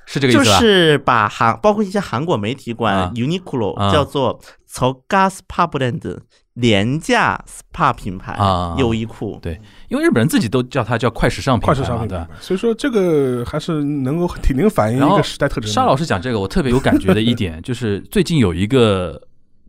是这个意
就
思吧？
是把韩包括一些韩国媒体管
啊
Uniqlo、
啊
叫做从 Gas Spa Brand 廉价 SPA 品牌、
啊
优衣库。
因为日本人自己都叫它叫快时尚品牌嘛，
快时尚品
对吧
牌，所以说这个还是能够挺能反映
然
一
后
个时代特征的。
沙老师讲这个，我特别有感觉的一点就是，最近有一个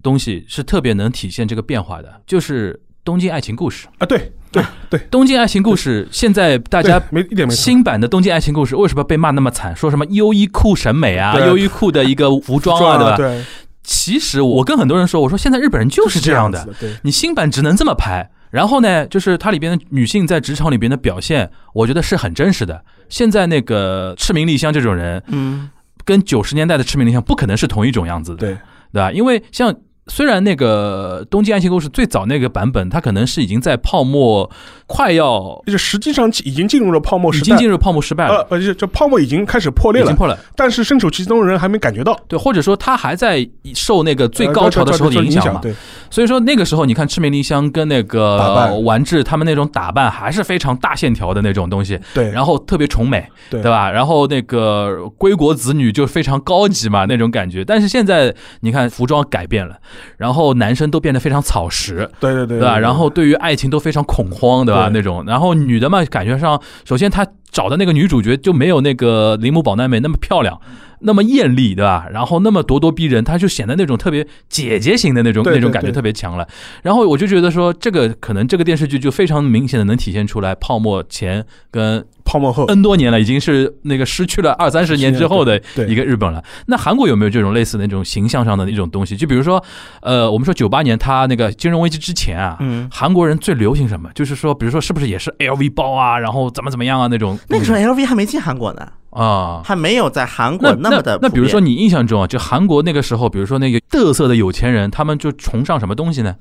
东西是特别能体现这个变化的，就是《东京爱情故事》。
啊，对对对
《，东京爱情故事》现在大家
对没一点没错
新版的《东京爱情故事》为什么被骂那么惨？说什么优衣库审美啊，
对
优衣库的一个服装啊，对吧？
对，
其实我跟很多人说，我说现在日本人就是这样的
子，，对，
你新版只能这么拍。然后呢，就是它里边的女性在职场里边的表现，我觉得是很真实的。现在那个赤名莉香这种人，
嗯，
跟九十年代的赤名莉香不可能是同一种样子的，
对
对吧？因为像虽然那个《东京爱情故事》最早那个版本，它可能是已经在泡沫快要
就是实际上已经进入了泡沫
已
时
经
代，
进入泡沫失败
呃
了，，
而且这泡沫已经开始破裂
已经
了，
破了，
但是身处其中的人还没感觉到
对，或者说它还在受那个最
呃
高潮的时候的
受
影
影
响嘛。
对，
所以说那个时候，你看赤名莉香跟那
打
个
扮
丸治他们那种打扮，还是非常大线条的那种东西，
对，
然后特别崇美，
对
对吧？然后那个归国子女就非常高级嘛那种感觉。但是现在你看服装改变了，然后男生都变得非常草食，
对对对
对吧？然后对于爱情都非常恐慌，对吧？
对
那种，然后女的嘛，感觉上，首先她找的那个女主角就没有那个铃木保奈美那么漂亮，那么艳丽，对吧？然后那么咄咄逼人，她就显得那种特别姐姐型的那种
对对
那种感觉
对
特别强了。然后我就觉得说，这个可能这个电视剧就非常明显的能体现出来泡沫前跟
泡沫后
N 多年了，已经是那个失去了二三十年之后的
对
一个日本了。那韩国有没有这种类似的那种形象上的那种东西？就比如说，呃，我们说九八年它那个金融危机之前啊，
嗯
韩国人最流行什么？就是说，比如说是不是也是 LV 包啊，然后怎么怎么样啊那种
那个时候 LV 还没进韩国呢，
啊。
还没有在韩国
那
么的
那，那比如
普遍
说你印象中啊，就韩国那个时候，比如说那个嘚瑟的有钱人，他们就崇尚什么东西呢？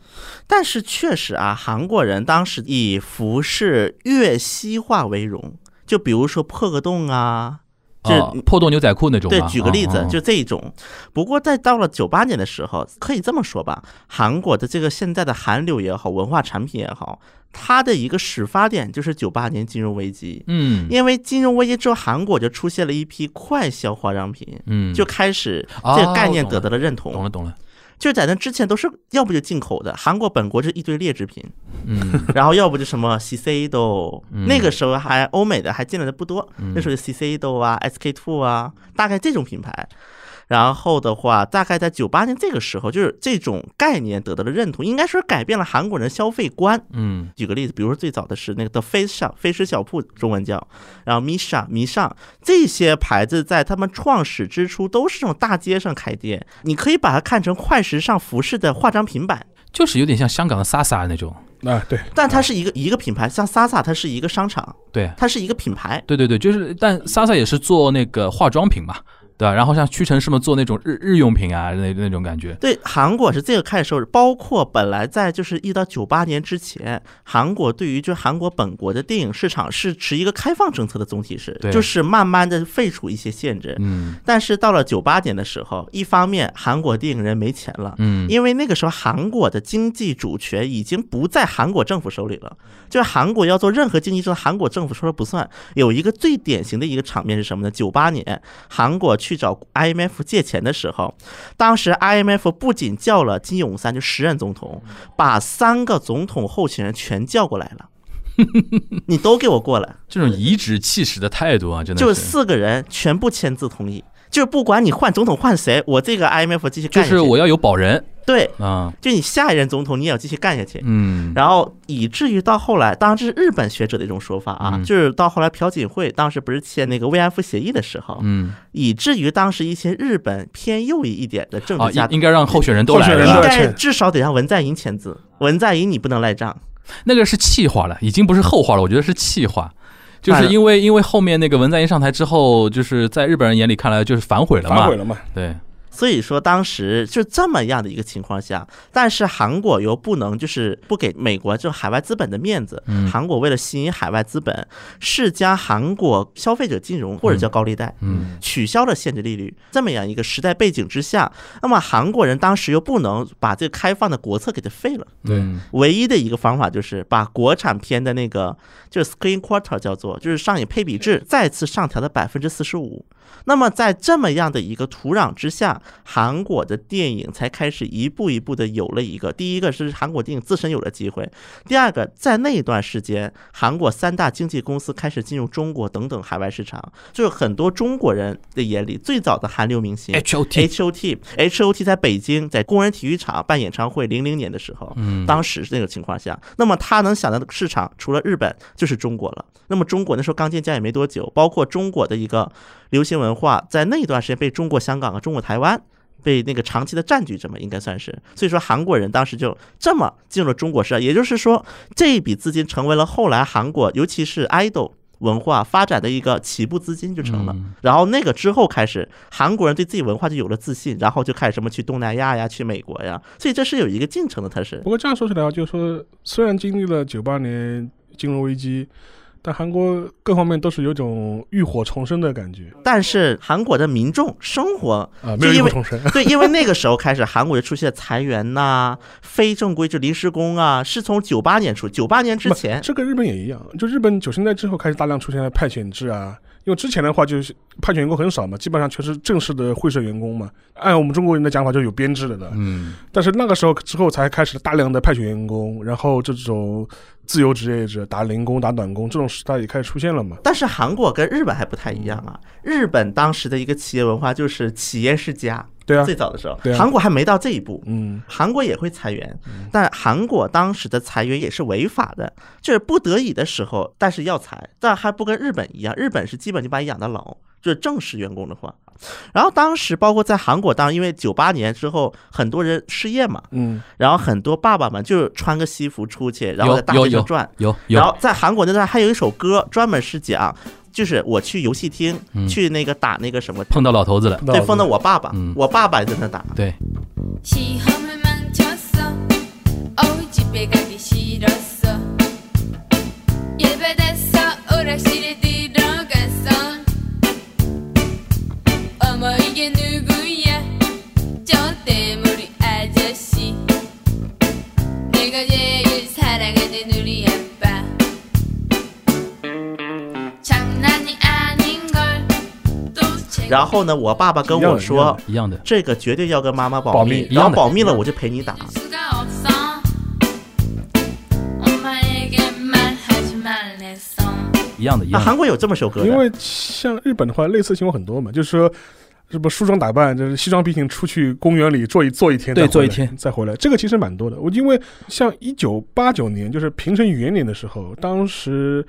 但是确实啊，韩国人当时以服饰越西化为荣，就比如说破个洞啊，就、
啊破洞牛仔裤那种吧。
对，举个例子，
啊啊啊
就这一种。不过在到了九八年的时候，可以这么说吧，韩国的这个现在的韩流也好，文化产品也好，它的一个始发点就是九八年金融危机。
嗯
因为金融危机之后，韩国就出现了一批快消化妆品，
嗯，
就开始
啊
这个概念
我懂了
得到了认同。
懂了懂了，
就在那之前都是要不就进口的，韩国本国就是一堆劣质品，
嗯
然后要不就什么 CC 豆，
嗯
那个时候还欧美的还进来的不多，
嗯
那时候 CC 豆啊、SK two 啊，大概这种品牌。然后的话，大概在九八年这个时候，就是这种概念得到了认同，应该说改变了韩国人消费观。
嗯。
举个例子，比如说最早的是那个 The Face Shop，飞驰小铺，中文叫，然后 Misha 迷上这些牌子，在他们创始之初都是这种大街上开店，你可以把它看成快时尚服饰的化妆品版。
就是有点像香港的 Sasa 那种。
啊，对，
但它是一个一个品牌，像 Sasa 它是一个商场，
对，
它是一个品牌。
对对对，就是，但 Sasa 也是做那个化妆品嘛，对吧？然后像屈臣氏嘛，做那种日日用品啊，那那种感觉。
对韩国是这个开始受，包括本来在就是一到九八年之前，韩国对于就韩国本国的电影市场是持一个开放政策的，总体是
对
就是慢慢的废除一些限制。
嗯
但是到了九八年的时候，一方面韩国电影人没钱了。
嗯，
因为那个时候，韩国的经济主权已经不在韩国政府手里了。就是韩国要做任何经济政策，韩国政府说了不算。有一个最典型的一个场面是什么呢？九八年，韩国去找 IMF 借钱的时候，当时 IMF 不仅叫了金泳三，就时任总统，
嗯
把三个总统候选人全叫过来了， 你都给我过来。
这种颐指气使的态度啊，真的
就是四个人全部签字同意。就是不管你换总统换谁，我这个 IMF 继续
就
干下去。
是我要有保人
对，
啊，
就你下一任总统你也要继续干下去。
嗯，
然后以至于到后来，当然这是日本学者的一种说法啊，
嗯
就是到后来朴槿惠当时不是签那个慰安妇协议的时候，
嗯
以至于当时一些日本偏右一点的政
啊，
治家，
应应该让候选人都
候
来
选人
了啊
应
都。
该至少得让文在寅签字，文在寅你不能赖账。
那个是气话了，已经不是后话了，我觉得是气话。就是因为因为后面那个文在寅上台之后，就是在日本人眼里看来就是反悔了嘛，
反悔了嘛？
对，
所以说，当时就这么样的一个情况下，但是韩国又不能就是不给美国这种海外资本的面子。
嗯
韩国为了吸引海外资本，是将韩国消费者金融或者叫高利贷
嗯
取消了限制利率，这么样一个时代背景之下，那么韩国人当时又不能把这个开放的国策给它废了。
对
嗯
唯一的一个方法就是把国产片的那个就是 screen quarter 叫做就是上映配比制再次上调到百分之四十五。那么在这么样的一个土壤之下，韩国的电影才开始一步一步的有了一个，第一个是韩国电影自身有了机会，第二个在那一段时间，韩国三大经纪公司开始进入中国等等海外市场，就是很多中国人的眼里最早的韩流明星。
，H O T，
H O T H O T 在北京在工人体育场办演唱会，零零年的时候，
嗯，
当时是那个情况下，那么他能想到的市场除了日本就是中国了。那么中国那时候刚建交也没多久，包括中国的一个流行文化，在那一段时间被中国香港和中国台湾。被那个长期的占据着嘛，应该算是，所以说韩国人当时就这么进入了中国市场，也就是说，这一笔资金成为了后来韩国，尤其是 idol 文化发展的一个起步资金就成了。
嗯
然后那个之后开始，韩国人对自己文化就有了自信，然后就开始什么去东南亚呀，去美国呀，所以这是有一个进程的，它是
不过这样说起来啊，就是说虽然经历了九八年金融危机，但韩国各方面都是有种浴火重生的感觉
但是韩国的民众生活，
啊，
就
没有浴
因
火
为
重生。
对，因为那个时候开始，韩国就出现裁员呐、非正规就临时工啊，是从九八年出，九八年之前
不，这个日本也一样，就日本九十年代之后开始大量出现了派遣制啊，因为之前的话就是派遣员工很少嘛，基本上全是正式的会社员工嘛。按我们中国人的讲法，就是有编制的的。
嗯，
但是那个时候之后才开始大量的派遣员工，然后这种自由职业者打零工、打短工这种时代也开始出现了嘛。
但是韩国跟日本还不太一样啊，日本当时的一个企业文化就是企业是家，
对啊
最，早的时候
对，啊
韩国还没到这一步。
嗯，
韩国也会裁员，
嗯
但韩国当时的裁员也是违法的，就是不得已的时候，但是要裁，但还不跟日本一样，日本是基本就把你养到老，就是正式员工的话。然后当时包括在韩国，当然因为九八年之后很多人失业嘛，
嗯，
然后很多爸爸们就穿个西服出去，然后在大
有
街
有
上转，
有
然
有，
后在韩国那段还有一首歌专门是讲，就是我去游戏厅、
嗯
去那个打那个什么，
碰到老头子了，
对，碰到我爸爸，
嗯
我爸爸也在那打。
对，
시험을 망쳤어 어우 집에 가기 싫었어 예배됐어 오락실에 들어갔어 어머 이게 누구야 저 때물이 아저씨 내가 제일 사랑하는 우리 아빠 장난이 아닌걸 또 챙겨
然后呢，我爸爸跟
一样
我
的
说，
一样的，
这个绝对要跟妈妈保
保
密
密，
然后
一样的
保密了我就陪你打。
수가 없어 엄마에게 말하지 말랬어
一样的，一
那
样的
啊韩，国有这么首歌
因
的，
为像日本的话，类似情况很多嘛，就是说。什么梳妆打扮，就是西装笔挺出去公园里坐一坐一天，
对
再回
坐一
来
天
再回来，这个其实蛮多的。我因为像一九八九年，就是平成元年的时候，当时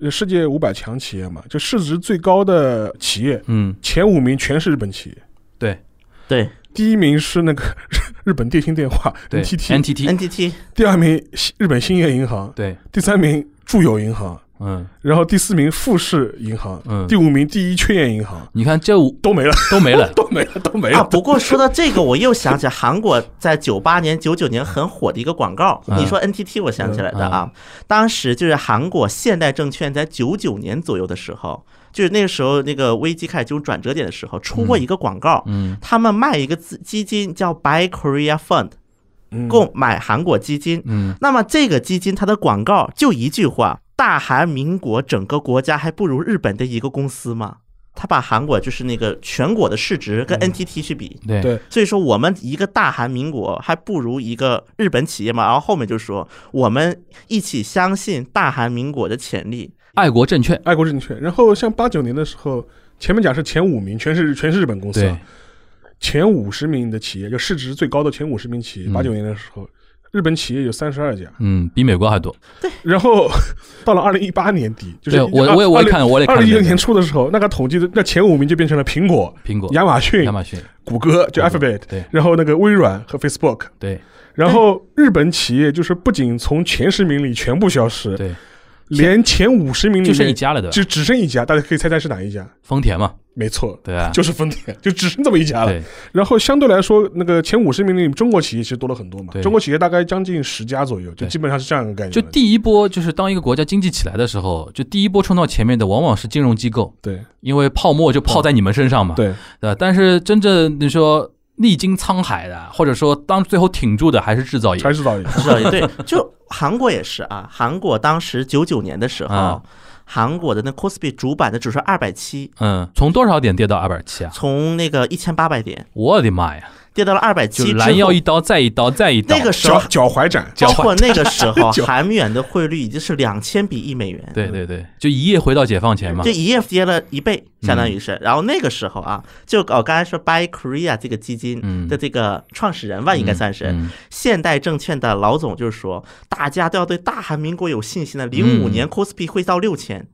呃世界五百强企业嘛，就市值最高的企业
嗯，
前五名全是日本企业，
对
对
第一名是那个 日本电信电话
对
NTT，
NTT，
NTT
第二名西日本兴业银行，
对，
第三名住友银行，
嗯
然后第四名富士银行，
嗯
第，五名第一确业银行
你看这五
都没了，，
都没了
都没了，都没
啊。
了。
不过说到这个，我又想起韩国在九八年、九九年很火的一个广告。
嗯
你说 NTT，我想起来的啊。当时就是韩国现代证券在九九年左右的时候，就是那个时候那个危机开始进入转折点的时候，出过一个广告，
嗯
他们卖一个资基金叫 Buy Korea Fund，
嗯
购买韩国基金。
嗯，
那么这个基金它的广告就一句话：大韩民国整个国家还不如日本的一个公司吗？他把韩国就是那个全国的市值
嗯
跟 NTT 去比，
对
对
所以说我们一个大韩民国还不如一个日本企业嘛。然后后面就说我们一起相信大韩民国的潜力，
爱国证券，
爱国证券。然后像八九年的时候，前面讲是前五名，全是全是日本公司
对
啊，，前五十名的企业，就市值最高的前五十名企业，
嗯
八九年的时候，日本企业有三十二家，
嗯，比美国还多。
然后到了二零一八年底，就是
对我我也我也看我也看
二
了
零一
这
六
个
年初的时候，那个统计的那前五名就变成了苹果、
苹果、
亚马逊
亚、马逊，嗯
谷歌，就
谷歌
Alphabet，
对
然后那个微软和 Facebook，
对
然后日本企业就是不仅从前十名里全部消失，
对，
连前五十名里
就剩一
面
家了，啊对吧？
就只剩一家，大家可以猜猜是哪一家？
丰田嘛，
没错，
对啊，
就是丰田， 就只剩这么一家了。
对
然后相对来说，那个前五十名里，中国企业其实多了很多嘛
对，
中国企业大概将近十家左右，就
对
基本上是这样一个概念
就
了。
第一波，就是当一个国家经济起来的时候，就第一波冲到前面的往往是金融机构，
对
因为泡沫就泡在你们身上嘛，
对
对吧？但是真正你说历经沧海的，或者说当最后挺住的还是制造业
还，是导演，
是的，对，就韩国也是啊，韩国当时九九年的时候，
啊
韩国的那 Kospi 主板的指数二百七，
嗯，从多少点跌到二百七啊？
从那个一千八百点
我的妈呀！
跌到了二百
就
七，
拦腰一刀再一刀再一刀，
那个时
脚
候。
脚踝展，
脚
包括那个时 候，
脚
韩元的汇率已经是两千比一美元，
对对对，就一夜回到解放前嘛嗯
这，一夜跌了一倍，相当于是。然后那个时候啊，就我刚才说 Buy Korea 这个基金
嗯
的这个创始人吧，应该算是
嗯
现代证券的老总，就是说大家都要对大韩民国有信心的。零五
嗯
年 Kospi 会到六千。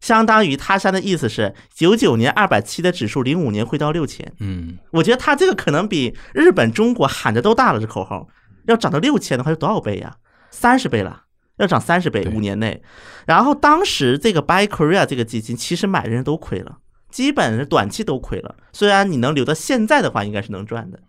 相当于他山的意思是，九九年二百七的指数，零五年会到六千。
嗯，
我觉得他这个可能比日本、中国喊的都大了，这口号要涨到六千的话，有多少倍呀、3三十倍了，要涨三十倍，
对
五年内。然后当时这个 Buy Korea 这个基金，其实买的人都亏了，基本是短期都亏了。虽然你能留到现在的话，应该是能赚的。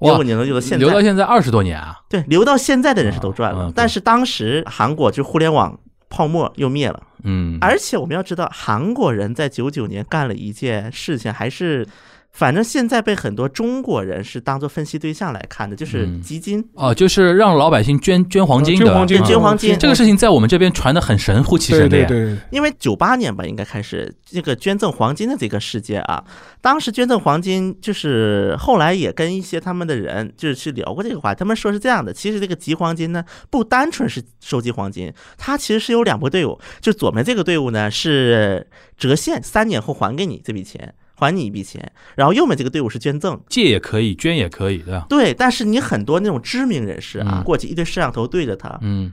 哇
如果你能留到现
留到
在，
现在二十多年啊，
对，留到现在的人是都赚了。
啊对
但是当时韩国就互联网泡沫又灭了，
嗯，
而且我们要知道，韩国人在九九年干了一件事情，还是反正现在被很多中国人是当做分析对象来看的，就是
嗯
基金。
哦，就是让老百姓捐捐黄金，
捐
对吧
黄金，
嗯
捐黄金
这个事情在我们这边传的很神乎其
对
神的
对
呀，
对，
因为九八年吧，应该开始这个捐赠黄金的这个世界啊。当时捐赠黄金，就是后来也跟一些他们的人就是去聊过这个话，他们说是这样的，其实这个集黄金呢，不单纯是收集黄金，它其实是有两波队伍，就左面这个队伍呢是折现，三年后还给你这笔钱。还你一笔钱，然后右面这个队伍是捐赠，
借也可以，捐也可以，对吧？
对，但是你很多那种知名人士啊，
嗯
过去一堆摄像头对着他，
嗯，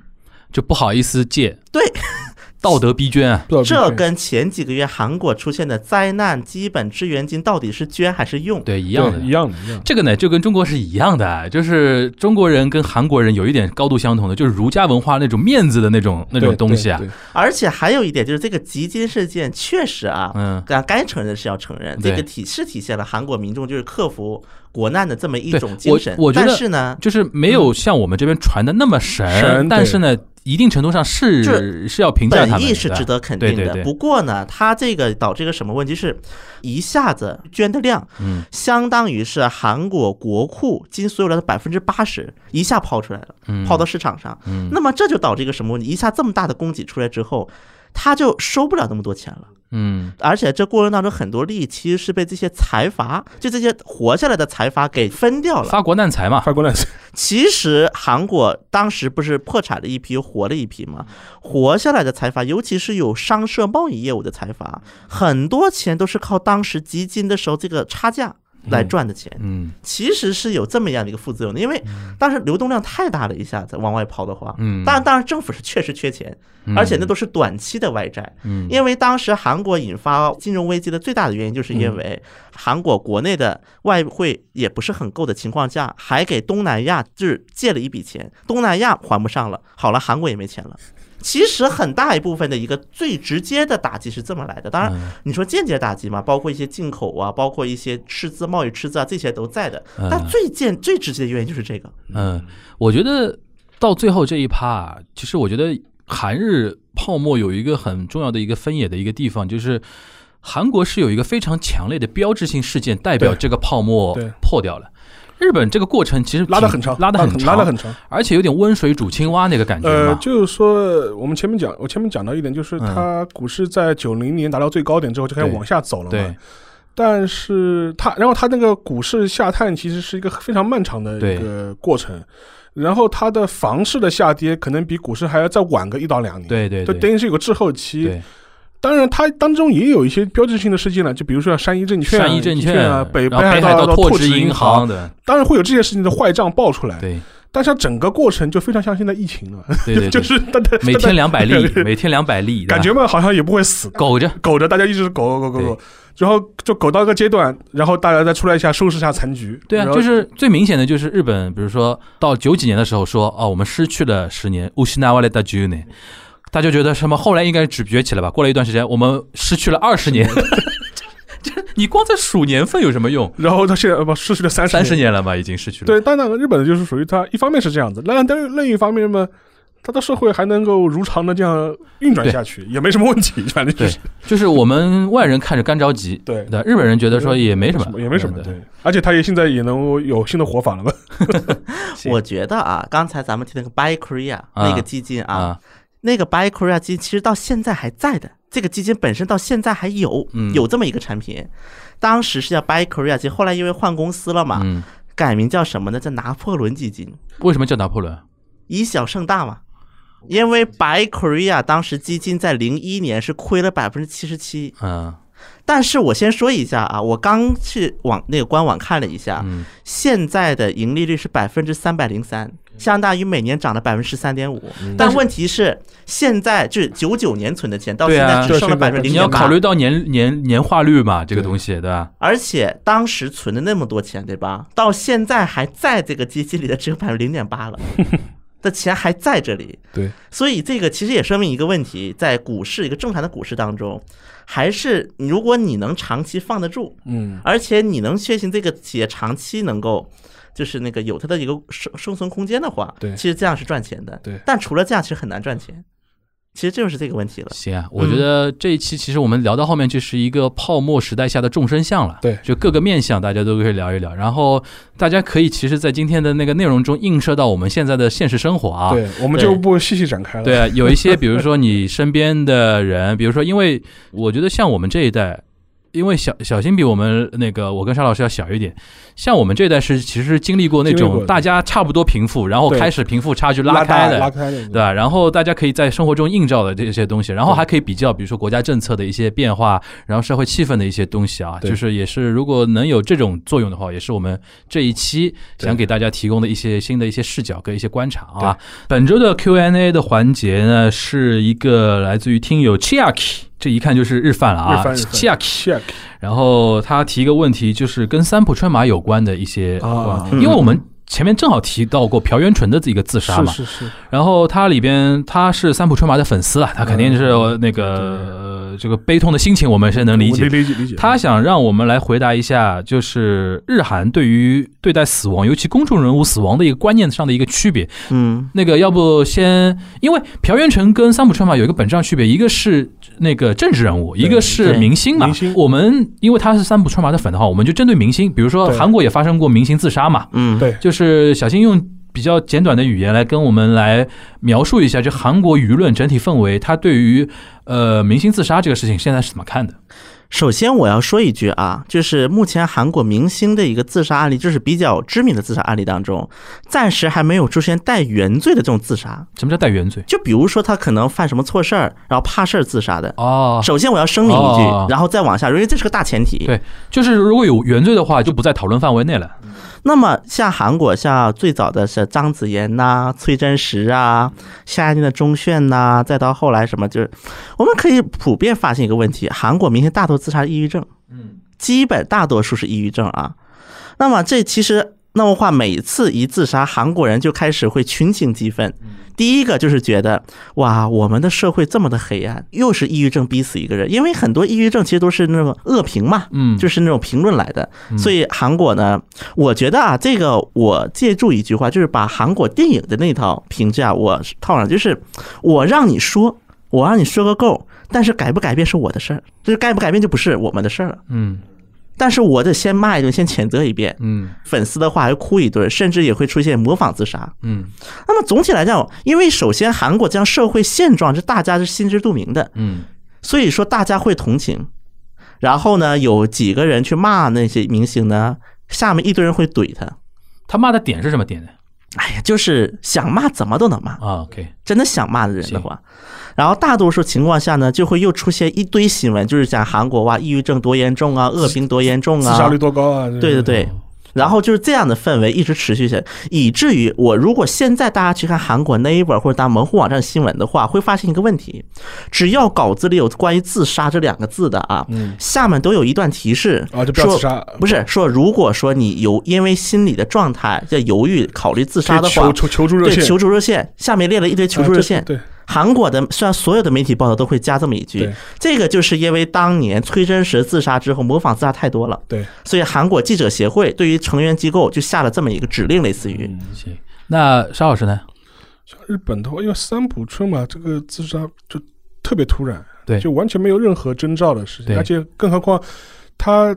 就不好意思借，
对，
道德逼捐啊，
不知
这
道为什么
跟前几个月韩国出现的灾难基本支援金到底是捐还是用？
对，一样
对
的
一。样的，一样的。
这个呢，就跟中国是一样的，啊就是中国人跟韩国人有一点高度相同的，就是儒家文化那种面子的那种那
对
种东西啊
对，对
而且还有一点就是这个集金事件确实啊，
嗯，
该该承认是要承认，
对
这个体是体现了韩国民众就是克服国难的这么一
对
种
我
精神。
我觉得
但是呢，
就是没有像我们这边传的那么神，
神
但是呢，一定程度上
就是
是要评价
本
他们
意
的，
是值得肯定
对
的
对。对
不过呢，它这个导致一个什么问题是，一下子捐的量，
嗯，
相当于是韩国国库金所有量的百分之八十一下抛出来了，
嗯
抛到市场上。
嗯
那么这就导致一个什么问题？一下这么大的供给出来之后，他就收不了那么多钱了。
嗯，
而且这过程当中，很多利益其实是被这些财阀，就这些活下来的财阀给分掉了。
发国难财嘛，
发过 来，
其实韩国当时不是破产了一批，又活了一批吗？活下来的财阀，尤其是有商社贸易业务的财阀，很多钱都是靠当时集金的时候这个差价来赚的钱。
嗯
其实是有这么样的一个副作用的，因为当时流动量太大了，一下子往外抛的话，
嗯，
当然，当然，政府是确实缺钱，而且那都是短期的外债。
嗯
因为当时韩国引发金融危机的最大的原因，就是
嗯
因为韩国国内的外汇也不是很够的情况下，还给东南亚就是借了一笔钱，东南亚还不上了，好了，韩国也没钱了。其实很大一部分的一个最直接的打击是这么来的，当然
嗯
你说间接打击嘛，包括一些进口啊，包括一些赤字、贸易赤字啊，这些都在的。
嗯
但最间最直接的原因就是这个，
嗯，我觉得到最后这一趴啊，其实我觉得韩日泡沫有一个很重要的一个分野的一个地方，就是韩国是有一个非常强烈的标志性事件代表
对
这个泡沫
对
破掉了。日本这个过程其实
拉得
挺
很长，
拉得很
拉得很长。
而且有点温水煮青蛙那个感觉
呃，
嘛。
就是说，我们前面讲，我前面讲到一点，就是
嗯
它股市在九零年达到最高点之后，就开始
对
往下走了嘛
对。
但是它，然后它那个股市下探其实是一个非常漫长的
对
一个过程，然后它的房市的下跌可能比股市还要再晚个一到两年，
对对
就
对
等于是有个滞后期。
对，
当然，它当中也有一些标志性的事件了，就比如说像山一证券啊、
山一证
证啊、北
然后北
海
道
道
拓
拓殖
银
行，
的，
当然会有这些事情的坏账爆出来。
对
但是它整个过程就非常像现在疫情了，
对对，对
就是大家
每天两百
对
例
对，对
每天两百例，
感觉嘛好像也不会死，
苟着，
苟着大家一直是苟苟苟苟，然后就苟到一个阶段，然后大家再出来一下收拾一下残局。
对啊，
然后
就是最明显的就是日本，比如说到九几年的时候说，哦，我们失去了十年，乌西纳瓦列达九年，他就觉得什么后来应该只崛起了吧？过了一段时间，我们失去了二十 年，就是你光在数年份有什么用？
然后他现在呃不失去了三
三十
年。
年了吧，已经失去了。
对，但那个日本就是属于它，一方面是这样子，那但是另一方面嘛，它的社会还能够如常的这样运转
对
下去，也没什么问题，反正就是
就是我们外人看着干着急，
对
对，日本人觉得说也没什么，
也没什么，
对
对。而且他也现在也能够有新的活法了吧？行
我觉得啊，刚才咱们提那个 Buy Korea 那个基金啊，
啊，
那个 Buy Korea 基金其实到现在还在的，这个基金本身到现在还有、
嗯
有这么一个产品，当时是叫 Buy Korea 基金，后来因为换公司了嘛，
嗯，
改名叫什么呢？叫拿破仑基金，
为什么叫拿破仑？
以小胜大嘛。因为 Buy Korea 当时基金在零一年是亏了百分之七十七，
嗯
但是我先说一下啊，我刚去网那个官网看了一下，
嗯，
现在的盈利率是百分之三百零三，相当于每年涨了百分之三点五。
嗯
但问题是，现在就是九九年存的钱，到
对
现
啊
在只剩了
对
百
现
分之
在
零
你要
点
考虑到年年年化率嘛，这个东西，对吧？
而且当时存的那么多钱，对吧？到现在还在这个基金里的只有百分之零点八 了，的钱还在这里。
对，
所以这个其实也说明一个问题，在股市一个正常的股市当中，还是如果你能长期放得住，
嗯，
而且你能确信这个企业长期能够，就是那个有它的一个生生存空间的话，
对
其实这样是赚钱的。
对
但除了这样，其实很难赚钱。其实这就是这个问题了。
行啊，我觉
嗯
得这一期其实我们聊到后面就是一个泡沫时代下的众生相了，
对
就各个面相大家都可以聊一聊，然后大家可以其实，在今天的那个内容中映射到我们现在的现实生活啊，
对，我们
对
就不细细展开了。
对，啊，有一些比如说你身边的人，比如说因为我觉得像我们这一代。因为小小新比我们那个，我跟沙老师要小一点。像我们这一代是，其实经历过那
经历过
种
的
大家差不多贫富，然后
对
开始贫富差距
拉
开
大
的，
拉开的，
对吧？然后大家可以在生活中映照的这些东西，然后还可以比较，比如说国家政策的一些变化，然后社会气氛的一些东西啊，
对
就是也是如果能有这种作用的话，也是我们这一期
对
想给大家提供的一些新的一些视角跟一些观察啊。本周的 Q&A 的环节呢，是一个来自于听友 Chiaki，这一看就是日饭了啊
日饭日饭
，Chiaki。
check
然后他提一个问题，就是跟三浦春马有关的一些，
啊
因为我们前面正好提到过朴元淳的这个自杀
是
嘛，
是是，
然后他里边他是三浦春马的粉丝啊，
嗯
他肯定是那个、呃这个悲痛的心情，我们是能理
我
解。
理解理解。
他想让我们来回答一下，就是日韩对于对待死亡，尤其公众人物死亡的一个观念上的一个区别。
嗯，
那个要不先，因为朴元淳跟三浦春马有一个本质上区别，一个是那个政治人物，一个是明星嘛
明。星
我们因为他是三浦春马的粉的话，我们就针对明星，比如说
对
韩国也发生过明星自杀嘛。
嗯，
对
就是小新用比较简短的语言来跟我们来描述一下，这韩国舆论整体氛围，他对于呃明星自杀这个事情现在是怎么看的？
首先我要说一句啊，就是目前韩国明星的一个自杀案例，就是比较知名的自杀案例当中，暂时还没有出现带原罪的这种自杀。
什么叫带原罪？
就比如说他可能犯什么错事儿，然后怕事儿自杀的。
哦，
首先我要声明一
哦
句，然后再往下，因为这是个大前提。
对就是如果有原罪的话，就不在讨论范围内了。
那么像韩国，像最早的是张子妍呐、崔真实啊、夏一念的钟铉呐、再到后来什么，就是我们可以普遍发现一个问题：韩国明星大多自杀是抑郁症，
嗯，
基本大多数是抑郁症啊。那么这其实那么话，每次一自杀，韩国人就开始会群情激愤。第一个就是觉得哇，我们的社会这么的黑暗，又是抑郁症逼死一个人，因为很多抑郁症其实都是那种恶评嘛，
嗯
就是那种评论来的。所以韩国呢，我觉得啊，这个我借助一句话，就是把韩国电影的那套评价我套上，就是我让你说，我让你说个够，但是改不改变是我的事儿，就是改不改变就不是我们的事儿了。
嗯
但是我得先骂一顿，先谴责一遍，
嗯
粉丝的话还哭一顿，甚至也会出现模仿自杀。
嗯
那么总体来讲，因为首先韩国这样社会现状是大家是心知肚明的，
嗯
所以说大家会同情。然后呢，有几个人去骂那些明星呢，下面一堆人会怼他。
他骂的点是什么点呢？
哎呀，就是想骂怎么都能骂，
啊，OK，
真的想骂的人的话，然后大多数情况下呢，就会又出现一堆新闻，就是讲韩国哇，啊抑郁症多严重啊，恶评多严重
自
啊，
杀率多高啊？
对对
这个，
对。然后就是这样的氛围一直持续下去，以至于我如果现在大家去看韩国 Naver 或者大门户网站新闻的话，会发现一个问题：只要稿子里有关于自杀这两个字的啊，
嗯
下面都有一段提示
啊，就不要自
说。
杀，
不是说，如果说你有因为心理的状态在犹豫考虑自杀的
可以
话
求，求求助热
对
线，
求助热线下面列了一堆求助热线
啊，这对
韩国的虽然所有的媒体报道都会加这么一句
对，
这个就是因为当年崔真实自杀之后模仿自杀太多了，
对，
所以韩国记者协会对于成员机构就下了这么一个指令，类似于
嗯，行。那沙老师呢？
像日本的话，因为三浦春马这个自杀就特别突然，
对
就完全没有任何征兆的事情，
对
而且更何况他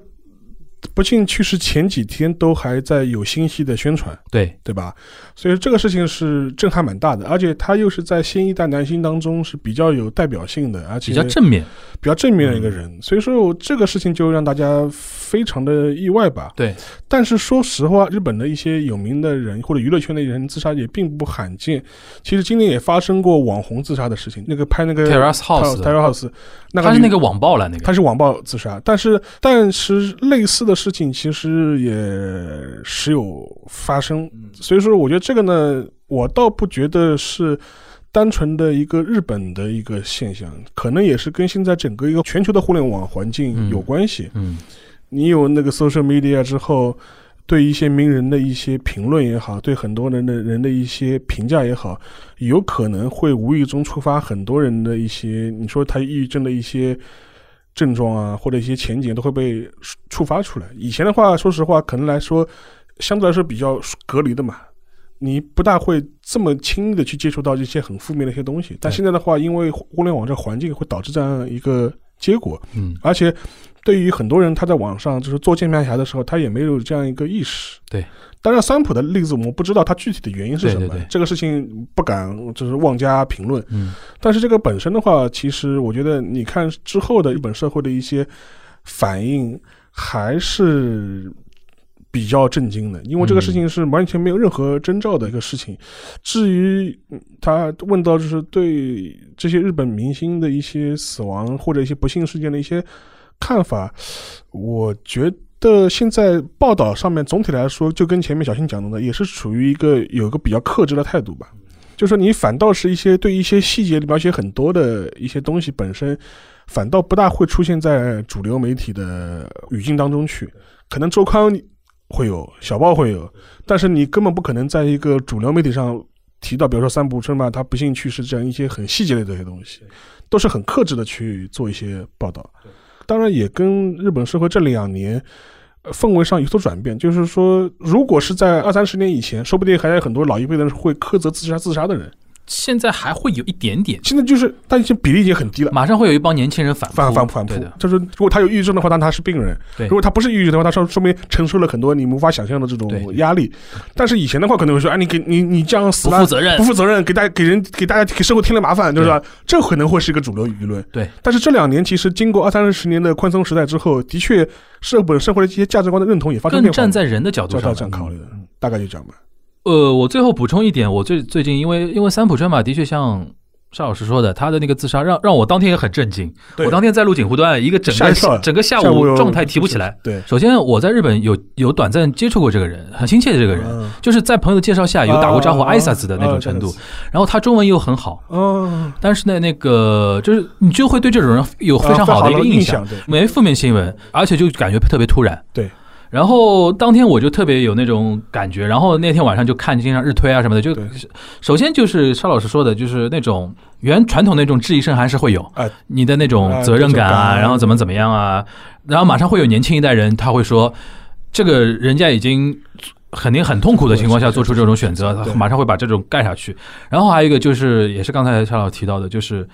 不幸去世前几天都还在有新戏的宣传，
对，
对吧？所以这个事情是震撼蛮大的，而且他又是在新一代男星当中是比较有代表性的，而且
比较正面，
比较正面的一个
嗯
人，所以说这个事情就让大家非常的意外吧。
对，
但是说实话，日本的一些有名的人或者娱乐圈的人自杀也并不罕见。其实今年也发生过网红自杀的事情，那个拍那个
Terrace House 的
呃 Terrace House，那个
他是
女
那个网暴了，那个
他是网暴自杀，但是但是类似的事情其实也时有发生，
嗯
所以说我觉得这个呢，我倒不觉得是单纯的一个日本的一个现象，可能也是跟现在整个一个全球的互联网环境
嗯
有关系。
嗯，
你有那个 social media 之后，对一些名人的一些评论也好，对很多人的人的一些评价也好，有可能会无意中触发很多人的一些，你说他抑郁症的一些症状啊，或者一些前景都会被触触发出来。以前的话，说实话，可能来说相对来说比较隔离的嘛。你不大会这么轻易的去接触到一些很负面的一些东西，但
对
现在的话，因为互互联网这环境会导致这样一个结果，
嗯，
而且对于很多人，他在网上就是做键盘侠的时候，他也没有这样一个意识。
对，
当然三浦的例子我们不知道他具体的原因是什么，
对对对
这个事情不敢就是妄加评论。
嗯，
但是这个本身的话，其实我觉得你看之后的日本社会的一些反应还是。比较震惊的，因为这个事情是完全没有任何征兆的一个事情。至于嗯他问到就是对这些日本明星的一些死亡或者一些不幸事件的一些看法，我觉得现在报道上面总体来说，就跟前面小新讲的呢，也是处于一个有一个比较克制的态度吧。就说你反倒是一些对一些细节里描写很多的一些东西本身，反倒不大会出现在主流媒体的语境当中去。可能周刊会有，小报会有，但是你根本不可能在一个主流媒体上提到，比如说三浦春马他不幸去世这样一些很细节类的一些东西，都是很克制的去做一些报道。当然，也跟日本社会这两年。呃氛围上有所转变，就是说，如果是在二三十年以前，说不定还有很多老一辈的人会苛责自杀自杀的人，
现在还会有一点点，
现在就是，但已经比例已经很低了，
马上会有一帮年轻人反
反反
反
反扑
对的，。
就是如果他有抑郁症的话，那他是病人；
对
如果他不是抑郁症的话，他说说明承受了很多你无法想象的这
对
种
对
压力。但是以前的话，可能会说，哎，你给你你这样死
不
了
负责任
不，负责任，给大家给人给大家给社会添了麻烦，对吧？这可能会是一个主流舆论。
对，
但是这两年其实经过二三十年的宽松时代之后，的确社本社会的这些价值观的认同也发生
更
变化。
站在人的角度
就
上嗯
这样考虑的，大概就这样吧。
呃，我最后补充一点，我最最近因为因为三浦春马的确像邵老师说的，他的那个自杀让让我当天也很震惊。
对
我当天在录锦湖段，一个整
吓一
个
跳
整个下
下午
午
有
状态提不起来。
对，
首先，我在日本有有短暂接触过这个人，很亲切的这个人，
嗯
就是在朋友的介绍下有打过招呼
啊
挨萨子的那
啊
种程度
这，
然后他中文又很好，
嗯，
但是呢，那个就是你就会对这种人有非
啊
常好的一个
印
象，
对
没负面新闻，而且就感觉特别突然。
对。
然后当天我就特别有那种感觉，然后那天晚上就看经常日推啊什么的，就
对
首先就是邵老师说的，就是那种原传统那种质疑声还是会有，
哎
你的那种
哎
责任感
责任
啊，
感
然后怎么怎么样啊，然后马上会有年轻一代人他会说，这个人家已经肯定很痛苦的情况下做出这种选择，
对
他马上会把这种盖下去。然后还有一个就是，也是刚才邵老师提到的，就是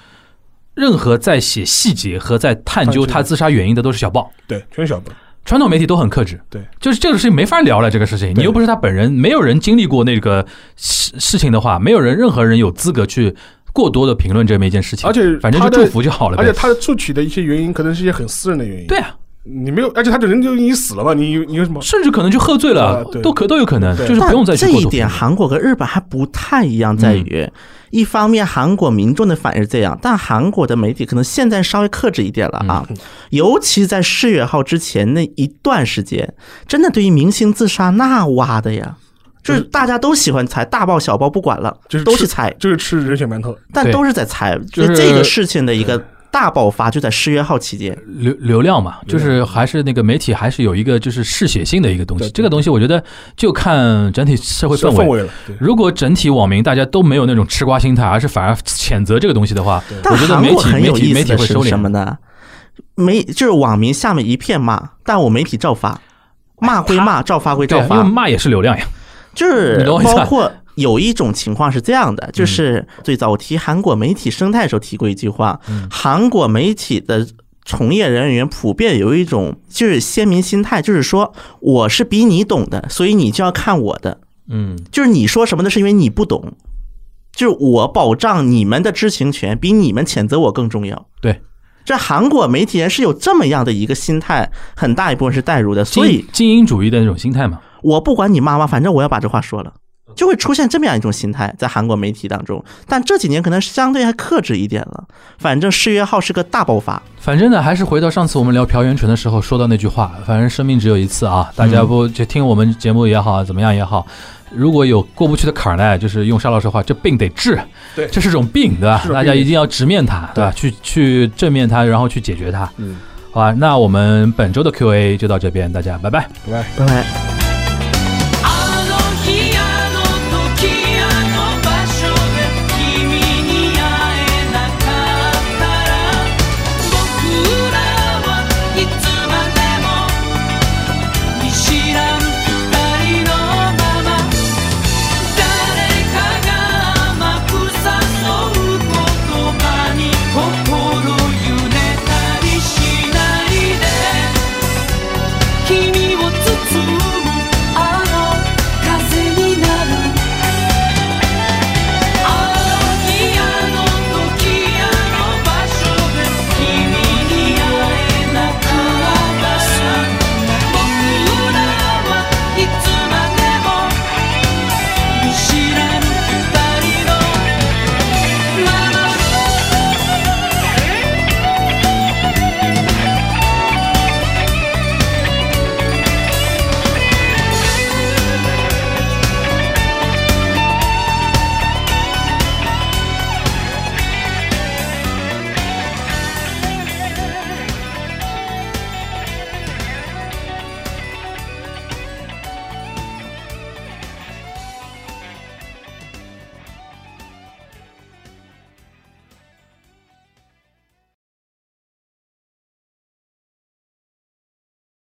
任何在写细节和在探究他自杀原因的都是小报。
对，全小本。
传统媒体都很克制，
对，
就是这个事情没法聊了。这个事情，
对
你又不是他本人，没有人经历过那个事事情的话，没有人任何人有资格去过多的评论这么一件事情。
而且
反正就
他的
祝福就好了
而且
呗。
他的作曲的一些原因，可能是一些很私人的原因。
对，啊，
你没有，而且他人就已经死了嘛，你有你有什么？
甚至可能就喝醉了
啊，对
都可都有可能，
对
就是不用再去
但
过
这
嗯
一
度
点，
评论
韩国和日本还不太一样，在于、一方面韩国民众的反应是这样，但韩国的媒体可能现在稍微克制一点了
嗯
啊，尤其在世越号之前那一段时间，真的对于明星自杀那挖的呀。就是大家都喜欢猜，大爆小爆不管了，
就是
都去猜，
就是吃人血馒头，
但
对
都是在猜。
就
就是这个事情的一个大爆发，就在世越号期间。
流流量嘛，就是还是那个媒体还是有一个就是嗜血性的一个东西
对，对
这个东西我觉得就看整体社会
是
氛
氛
围。
围了。对
如果整体网民大家都没有那种吃瓜心态，而是反而谴责这个东西的话，
但
我觉得
韩
媒
国
体
很
媒
有
体
意
媒
思
体
的
会
是
收敛
什么呢？媒就是网民下面一片骂，但我媒体照发，骂归骂，照发归
哎对
照
啊，因为
发，
骂也是流量呀。
就是
你懂我意思吧嗯
包括。有一种情况是这样的，就是最早我提韩国媒体生态的时候提过一句话，
嗯
韩国媒体的从业人员普遍有一种就是先民心态，就是说我是比你懂的，所以你就要看我的，
嗯，
就是你说什么的是因为你不懂，就是我保障你们的知情权比你们谴责我更重要。
对，
这韩国媒体人是有这么样的一个心态，很大一部分是代入的，所以
精精英主义的那种心态嘛。
我不管你妈妈，反正我要把这话说了，就会出现这么样一种心态在韩国媒体当中。但这几年可能相对还克制一点了，反正世越号是个大爆发，
反正呢，还是回到上次我们聊朴元淳的时候说到那句话，反正生命只有一次啊，大家不就听我们节目也好，怎么样也好，如果有过不去的坎儿呢，就是用沙老师的话，这病得治，
对
这是种病，对吧
是？种病
大家一定要直面它，对吧？去去正面它，然后去解决它，
嗯，
好吧？那我们本周的 Q&A 就到这边，大家拜拜。
拜拜。
拜拜。